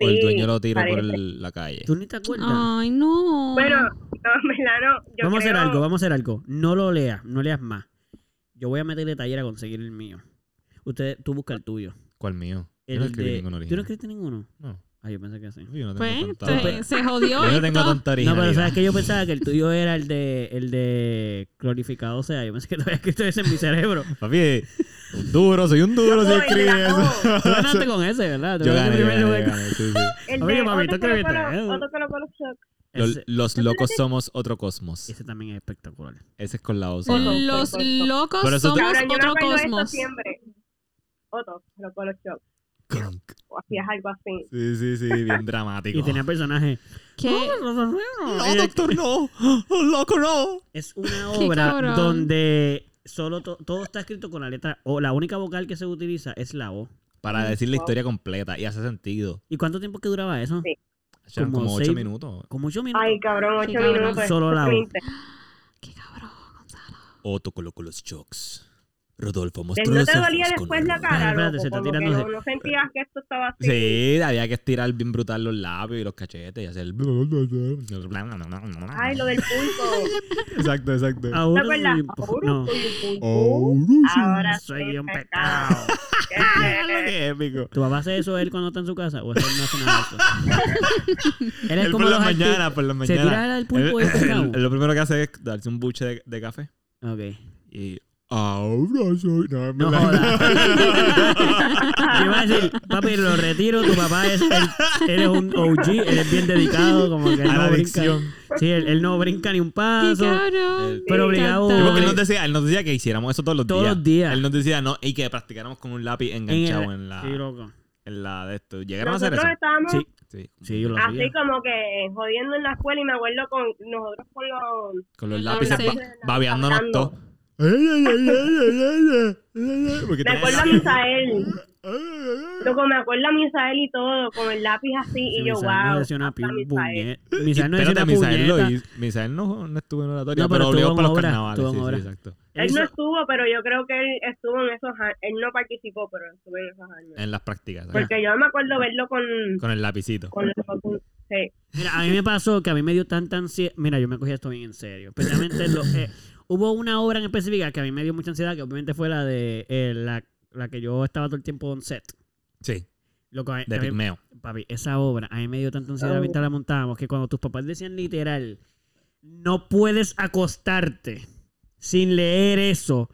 A: o el
D: Sí,
A: dueño lo tiró por
D: parece.
A: el- la calle.
B: ¿Tú
D: Ah.
B: ni te acuerdas?
C: Ay, no.
D: Bueno, no, en verdad no. Yo
B: vamos a
D: creo-
B: hacer algo, vamos a hacer algo. No lo leas, no leas más. Yo voy a meterle taller a conseguir el mío. Usted, tú busca el tuyo.
A: ¿Cuál mío?
B: El
A: yo no escribí
B: de-
A: ningún
B: ¿Tú no
A: original.
B: escribiste ninguno?
A: No,
B: Ah, yo pensé que sí.
A: yo no tengo
C: pues,
A: tanta-
C: se- se jodió
A: Yo no tengo
C: esto.
A: tanta
B: No, pero
A: originalidad.
B: sabes que yo pensaba que el tuyo era el de el de glorificado sea. Yo pensé que tú habías escrito ese en mi cerebro.
A: Papi, un duro, soy un duro si
D: Yo voy,
A: escribes
D: me la
A: eso.
B: Tú ganaste con ese, ¿verdad? Tú
A: Yo
B: ganaste
A: gané,
B: en
A: yo gané,
B: primer
A: yo
B: lugar.
A: gané, sí, sí.
D: El
B: Oye,
D: de
B: mami,
D: otro
B: tú que me
D: Colo Colo-
B: traes.
D: otro Colo Colo Shock.
A: Los,
B: Ese,
A: los locos somos otro cosmos.
B: ese también es espectacular.
A: Ese es con la osa.
D: Ojo.
C: Los locos
A: Pero eso te-
C: somos
D: Cabrón, yo me
C: otro
D: acuerdo de esto
C: cosmos.
D: siempre. Otro Colo Colo Shock.
A: Conk.
D: o hacías algo así.
A: Sí, sí, sí, bien dramático.
B: Y tenía personajes.
A: Ah,
C: ¿Qué?
A: No, doctor, no. ¡Oh, Loco, no.
B: Es una
C: Qué
B: obra
C: cabrón.
B: donde solo to- todo está escrito con la letra O. La única vocal que se utiliza es la O.
A: Para decir la historia completa y hace sentido.
B: ¿Y cuánto tiempo que duraba eso?
D: Sí.
A: Eran
B: Como
A: como ocho
B: seis-
A: minutos.
B: Como ocho minutos.
D: Ay, cabrón,
C: Sí,
D: ocho
C: cabrón.
D: minutos.
B: Solo la voz.
D: Veinte.
C: Qué cabrón, Gonzalo.
A: Otto colocó los chocks. Rodolfo
D: ¿Ves?
A: mostró
D: ¿No
A: los
D: te
A: ojos
D: dolía
A: con
D: después la
A: horror.
D: cara?
B: Espérate, se
D: loco?
B: está
D: Como
B: tirando
D: que
B: de-
D: no, no sentías que esto estaba así.
A: Sí, había que estirar bien brutal los labios y los cachetes y hacer.
D: Ay, lo del pulpo.
A: Exacto, exacto.
D: ¿Te
B: Ahora
D: acuerdas?
B: soy- no.
D: Ahora
B: Soy
D: sí,
B: un
D: pecado.
B: pecado.
A: Qué épico.
B: ¿Tu papá hace eso él cuando está en su casa? ¿O él no hace nada de eso? él es
A: Él
B: como
A: por las
B: los arti-
A: mañanas, por las
B: Se
A: mañanas.
B: tira el pulpo del
A: Él- él-
B: pescado.
A: él Lo primero que hace es darse un buche de, de café
B: Ok.
A: y. Ahora soy. No, en
B: No
A: verdad.
B: jodas. Yo iba a decir, papi, lo retiro, tu papá es el- eres un OG, eres bien dedicado, como que él
A: A la
B: no brinca.
A: adicción.
B: Sí, él, él no brinca ni un
A: Ah,
B: paso.
C: Qué cabrón.
B: Pero
C: me
B: obligado-
A: Sí,
C: encanta.
A: eh, porque él nos decía, él nos decía que hiciéramos eso todos los
B: Todos
A: días.
B: los días.
A: Él nos decía no, y que practicáramos con un lápiz enganchado en, la,
B: Sí, loco.
A: en la de esto. ¿Llegaron a hacer
D: Nosotros
A: eso?
D: estábamos
B: Sí,
A: Sí.
B: sí, yo lo
D: así
B: hacía.
D: como que jodiendo en la escuela y me acuerdo con nosotros con los...
A: Con los
C: Sí.
A: lápices
C: Sí.
A: ba- babeándonos
D: Cantando.
A: todos. Ay, ay, ay, ay, ay, ay, ay, ay, ay, porque
D: Me
A: tenía
D: acuerdo a
A: lápiz.
D: Misael.
A: Ay, ay, ay.
D: Loco, me acuerdo a Misael y todo, con el lápiz así,
B: Sí,
D: y yo,
B: Misael no
D: wow.
B: decía una pi-
D: hasta Misael.
B: puñeta. Misael no decía
A: Espérate,
B: una
A: Misael lo
B: puñeta.
A: hizo. Misael no, no estuvo en oratoria,
B: No, pero
A: pero,
B: estuvo
A: obligó
B: en
A: para los
B: obra,
A: carnavales.
B: estuvo en
A: Sí, sí,
B: obra.
A: exacto.
D: Él
B: Eso-
D: no estuvo, pero yo creo que él estuvo en esos años. Él no participó, pero estuvo en esos años.
A: En las prácticas. ¿sabes?
D: Porque yo me acuerdo verlo con...
A: Con el lapicito.
D: con los- sí.
B: Mira, a mí me pasó que a mí me dio tanta ansiedad. Mira, yo me cogí esto bien en serio. Especialmente lo- eh, hubo una obra en específica que a mí me dio mucha ansiedad, que obviamente fue la de eh, la, la que yo estaba todo el tiempo on set.
A: Sí,
B: Loco, a-
A: de
B: a mí-
A: pigmeo.
B: Papi, esa obra a mí me dio tanta ansiedad
D: Oh.
B: mientras la montábamos que cuando tus papás decían literal, no puedes acostarte sin leer eso.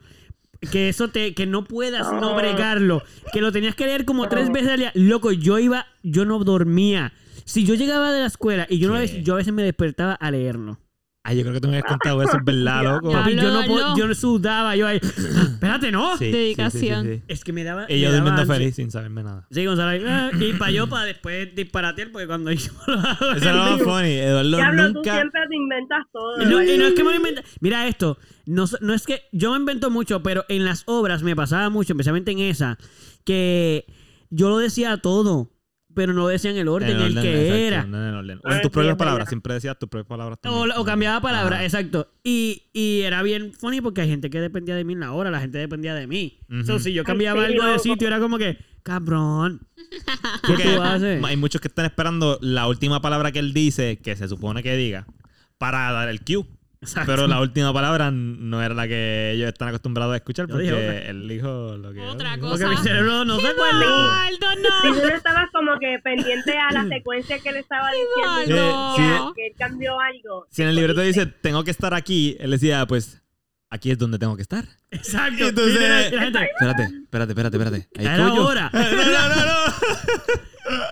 B: Que eso te, que no puedas no
D: Ah.
B: bregarlo. Que lo tenías que leer como
A: Ah.
B: tres veces al día. Loco, yo iba, yo no dormía. Si yo llegaba de la escuela y yo no
A: ¿Qué?
B: yo a veces me despertaba a leerlo.
A: Ay, yo creo que tú me habías contado eso, es verdad, loco.
C: Ya,
B: Papi, yo no po-
C: Hablo, hablo.
B: yo no sudaba, yo ahí. "Ah, Espérate, ¿no?
A: Sí, sí, sí, sí,
C: Dedicación.
A: sí.
B: Es que me daba.
A: Ella
B: me daba
A: durmiendo
B: ansi-
A: feliz sin saberme nada.
B: Sí, Gonzalo. ahí, ah, Y para yo, para después disparatear, porque cuando yo lo hago.
A: Eso era lo más funny. Eduardo
D: Diablo, tú
A: nunca.
D: siempre te inventas todo.
B: Y no, y no es que me lo inventa- Mira esto, no, so- no es que yo me invento mucho, pero en las obras me pasaba mucho, especialmente en esa, que yo lo decía todo, pero no decía en el orden en el, que
A: exacto,
B: era.
A: no en el orden. O
D: Ah,
A: en tus
D: sí,
A: propias
D: es
A: palabras,
D: verdad.
A: siempre decías tus propias palabras.
B: O,
A: también.
B: o cambiaba palabras,
A: Ajá.
B: exacto. Y, y era bien funny porque hay gente que dependía de mí en la hora, la gente dependía de mí.
A: Ujú.
B: So, si yo cambiaba
D: sí,
B: algo de
D: loco.
B: sitio, era como que, cabrón, ¿qué
A: Porque
B: tú haces?
A: hay muchos que están esperando la última palabra que él dice, que se supone que diga, para dar el cue.
B: Exacto.
A: Pero la última palabra no era la que ellos están acostumbrados a escuchar
B: Yo dije
A: porque él dijo lo que.
C: Otra
B: Porque
C: cosa.
B: mi cerebro no se
D: pues,
B: acuerda.
C: Eduardo,
D: Si
C: no.
D: tú no estabas como que pendiente a la secuencia que le estaba diciendo, y
C: Eduardo.
A: Eh, Sí,
D: que él cambió algo.
A: Si en el libreto dice, tengo que estar aquí, él decía, pues, aquí es donde tengo que estar.
B: Exacto.
A: Entonces-
B: Literal, y la gente,
A: Espérate, espérate, espérate, espérate. Ahí
B: Era
A: coño.
B: hora.
A: No, no, no, no.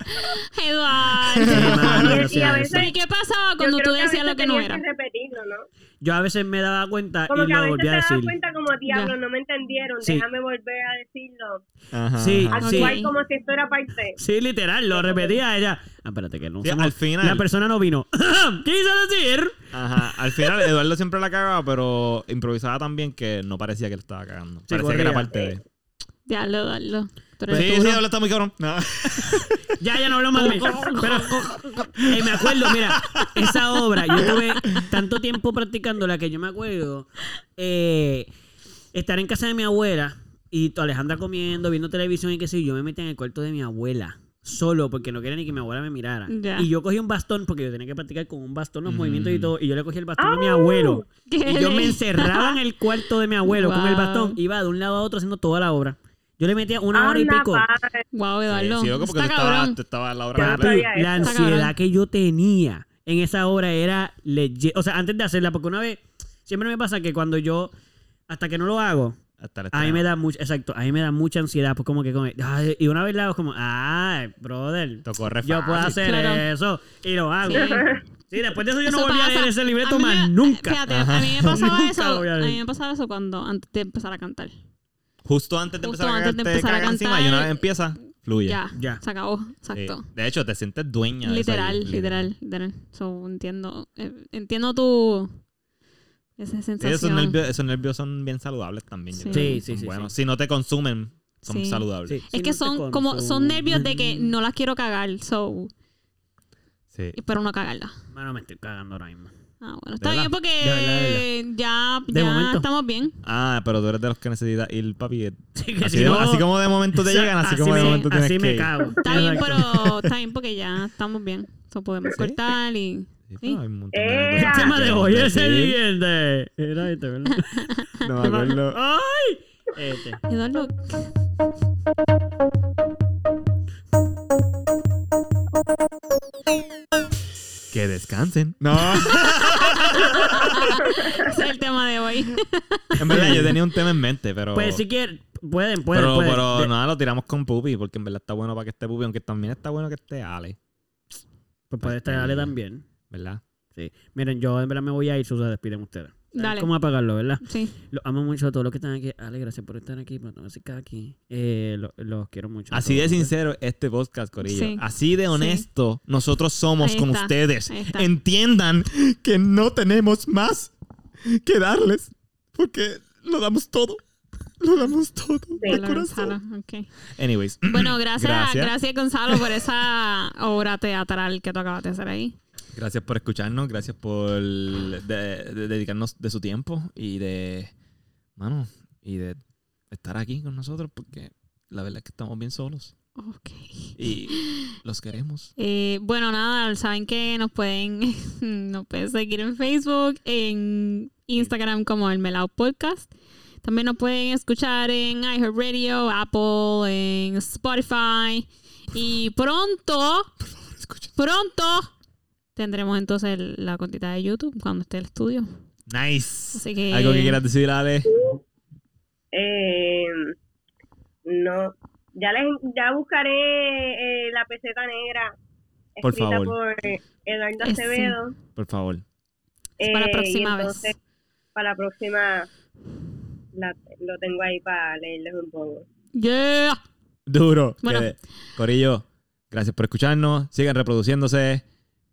C: Eduardo.
B: "Mano,
D: Y-
B: no
D: y
B: sea
D: a
B: eso".
D: veces-
C: ¿Y qué pasaba
D: Yo
C: cuando
D: creo
C: tú
D: que a
C: decías
D: veces
C: lo que no
D: tenías
C: era?
D: repetirlo, ¿no?
B: Yo a veces me daba cuenta
D: Como
B: y
D: que a
B: lo
D: veces
B: volví
D: te
B: a
D: das
B: decir.
D: cuenta como, diablo,
C: Ya.
D: no me entendieron,
B: Sí.
D: déjame volver a decirlo.
A: Ajá,
B: Sí,
A: ajá.
B: sí.
D: Actuar como si esto era parte.
B: Sí, literal, lo repetía ella. Ah, espérate, que no.
A: Sí,
B: somos-
A: al final.
B: La persona no vino. ¿Qué hizo decir?
A: Ajá. Al final, Eduardo siempre la cagaba, pero improvisaba tan bien que no parecía que lo estaba cagando. parecía que
B: corría.
A: era parte de.
C: Diablo, Eduardo. Tú eres
A: Sí, sí,
C: duro.
A: Eduardo está muy cabrón. No.
B: Ya, ya no habló más de mí. Pero eh, me acuerdo, mira, esa obra, yo tuve tanto tiempo practicándola que yo me acuerdo eh, estar en casa de mi abuela y tu Alejandra comiendo, viendo televisión y qué sé yo. Yo me metía en el cuarto de mi abuela solo porque no quería ni que mi abuela me mirara.
C: Ya.
B: Y yo cogí un bastón porque yo tenía que practicar con un bastón los
A: Mm.
B: movimientos y todo. Y yo le cogí el bastón a mi
D: ¡Ah!
B: abuelo.
C: Qué
B: Y yo me
C: ley.
B: encerraba en el cuarto de mi abuelo con el
C: Wow.
B: bastón. Iba de un lado a otro haciendo toda la obra. Yo le metía una hora y
D: Anda,
B: pico.
D: padre.
C: Wow,
A: Sí,
C: Eduardo.
A: sí, loco, porque
C: Está
A: tú estabas-
C: cabrón.
A: tú estabas a la hora
B: Papi,
A: completa.
D: sabía
B: la
D: eso.
C: Está
B: ansiedad
C: cabrón.
B: que yo tenía en esa obra era legit. O sea, antes de hacerla, porque una vez, siempre me pasa que cuando yo, hasta que no lo hago,
A: Hasta la
B: a mí
A: escena.
B: me da mucha, exacto, a mí me da mucha ansiedad, pues como que, como, ay, y una vez la hago es como, ay, brother,
A: Te corre
B: yo puedo
A: fácil.
B: hacer
C: Claro.
B: eso, y lo hago.
C: Sí.
B: Sí. después de eso yo no
C: Eso
B: volví a leer
C: pasa.
B: ese
C: A
B: libreto
C: mí
B: más
C: me-
B: nunca.
C: Fíjate, a mí me pasaba
B: Nunca
C: eso.
B: voy a
C: A
B: leer.
C: mí me pasaba eso cuando antes de empezar a cantar.
A: Justo antes de
C: Justo
A: empezar a
C: antes de
A: cagarte,
C: empezar a
A: caga encima
C: cantar.
A: y una vez empieza, Fluye.
C: Ya,
B: Ya.
C: se acabó.
A: Sí.
C: Exacto.
A: De hecho, te sientes dueña. de esa
C: literal,
A: isla.
C: literal, literal. So, entiendo, eh, entiendo tu esa
A: Sí,
C: sensación.
A: esos, nervios, esos nervios son bien saludables también. yo
C: Sí.
A: creo.
B: Sí, sí,
A: Son
B: sí,
A: buenos. Si no te consumen, son
C: Sí.
A: saludables. Sí.
C: Es que son como son nervios de que no las quiero cagar, so pero no cagarla.
B: Bueno, me estoy cagando ahora mismo.
C: Ah, bueno, está
A: verdad,
C: bien porque
B: de verdad, de
C: ya,
B: De
C: ya
B: momento.
C: estamos bien.
A: Ah, pero tú eres de los que necesitas ir, papi.
B: Sí,
A: Así, de- así como de momento te llegan, así, como de
B: me-
A: momento tienes
B: así
A: que
B: me
A: ir.
B: cago.
C: Está bien, pero está bien porque ya estamos bien. So, podemos cortar y
A: Sí,
C: Sí.
A: pero hay un montón de
D: ¡Ea!
A: cosas
B: El
A: que
B: tema de
A: quiero
B: hoy es el
A: decir.
B: siguiente. Era este, ¿verdad?
A: No me acuerdo.
B: ¡Ay! Este.
C: Eduardo,
A: Que descansen. No.
C: ese es el tema de hoy.
A: en verdad, yo tenía un tema en mente, pero.
B: Pues si quieren, pueden, pueden.
A: pero,
B: pueden.
A: pero
B: Pues, De-
A: nada, lo tiramos con Pupi, porque en verdad está bueno para que esté Pupi, aunque también está bueno que esté Ale,
B: Pues puede estar Ale también.
A: ¿verdad?
B: Sí. Miren, yo en verdad me voy a ir, se despiden ustedes. ¿Saben
C: Dale.
B: ¿Cómo apagarlo, verdad?
C: Sí.
B: Los amo mucho a todos los que están aquí. Ale, gracias por estar aquí, por tomarse acá aquí. Eh, lo- los quiero mucho. a
A: Así
B: todos,
A: de
B: ¿verdad?
A: sincero este podcast, Corillo.
C: Sí.
A: Así de honesto nosotros somos
C: Ahí
A: con
C: está,
A: ustedes.
C: ahí está.
A: Entiendan que no tenemos más que darles, porque lo damos todo. Lo damos todo. de
C: Hola,
A: corazón.
C: Gonzalo. Ok.
A: Anyways.
C: Bueno, gracias,
A: Gracias.
C: gracias. Gonzalo por esa obra teatral que tú acabas de hacer ahí.
A: Gracias por escucharnos, gracias por de- de- dedicarnos de su tiempo y de, mano, y de estar aquí con nosotros porque la verdad es que estamos bien solos
C: Ok.
A: y los queremos.
C: Eh, bueno, nada, saben que nos pueden, nos pueden seguir en Facebook, en Instagram como el Melao Podcast. También nos pueden escuchar en iHeartRadio, Apple, en Spotify. Y pronto,
A: Escuchen.
C: pronto tendremos entonces el- la cuentita de YouTube cuando esté el estudio.
A: Nice.
C: Así que-
A: Algo que quieras decir, Ale.
D: Eh, no, ya les, ya buscaré eh, la peseta negra
A: Por
D: escrita
A: favor.
D: por Eduardo
C: Eh, sí.
D: Acevedo.
A: Por favor.
C: para la
D: Eh, y
C: próxima vez.
D: entonces, Para la próxima la- lo tengo ahí para leerles un poco.
C: Yeah.
A: Duro.
C: Bueno.
A: Que- Corillo, gracias por escucharnos. Sigan reproduciéndose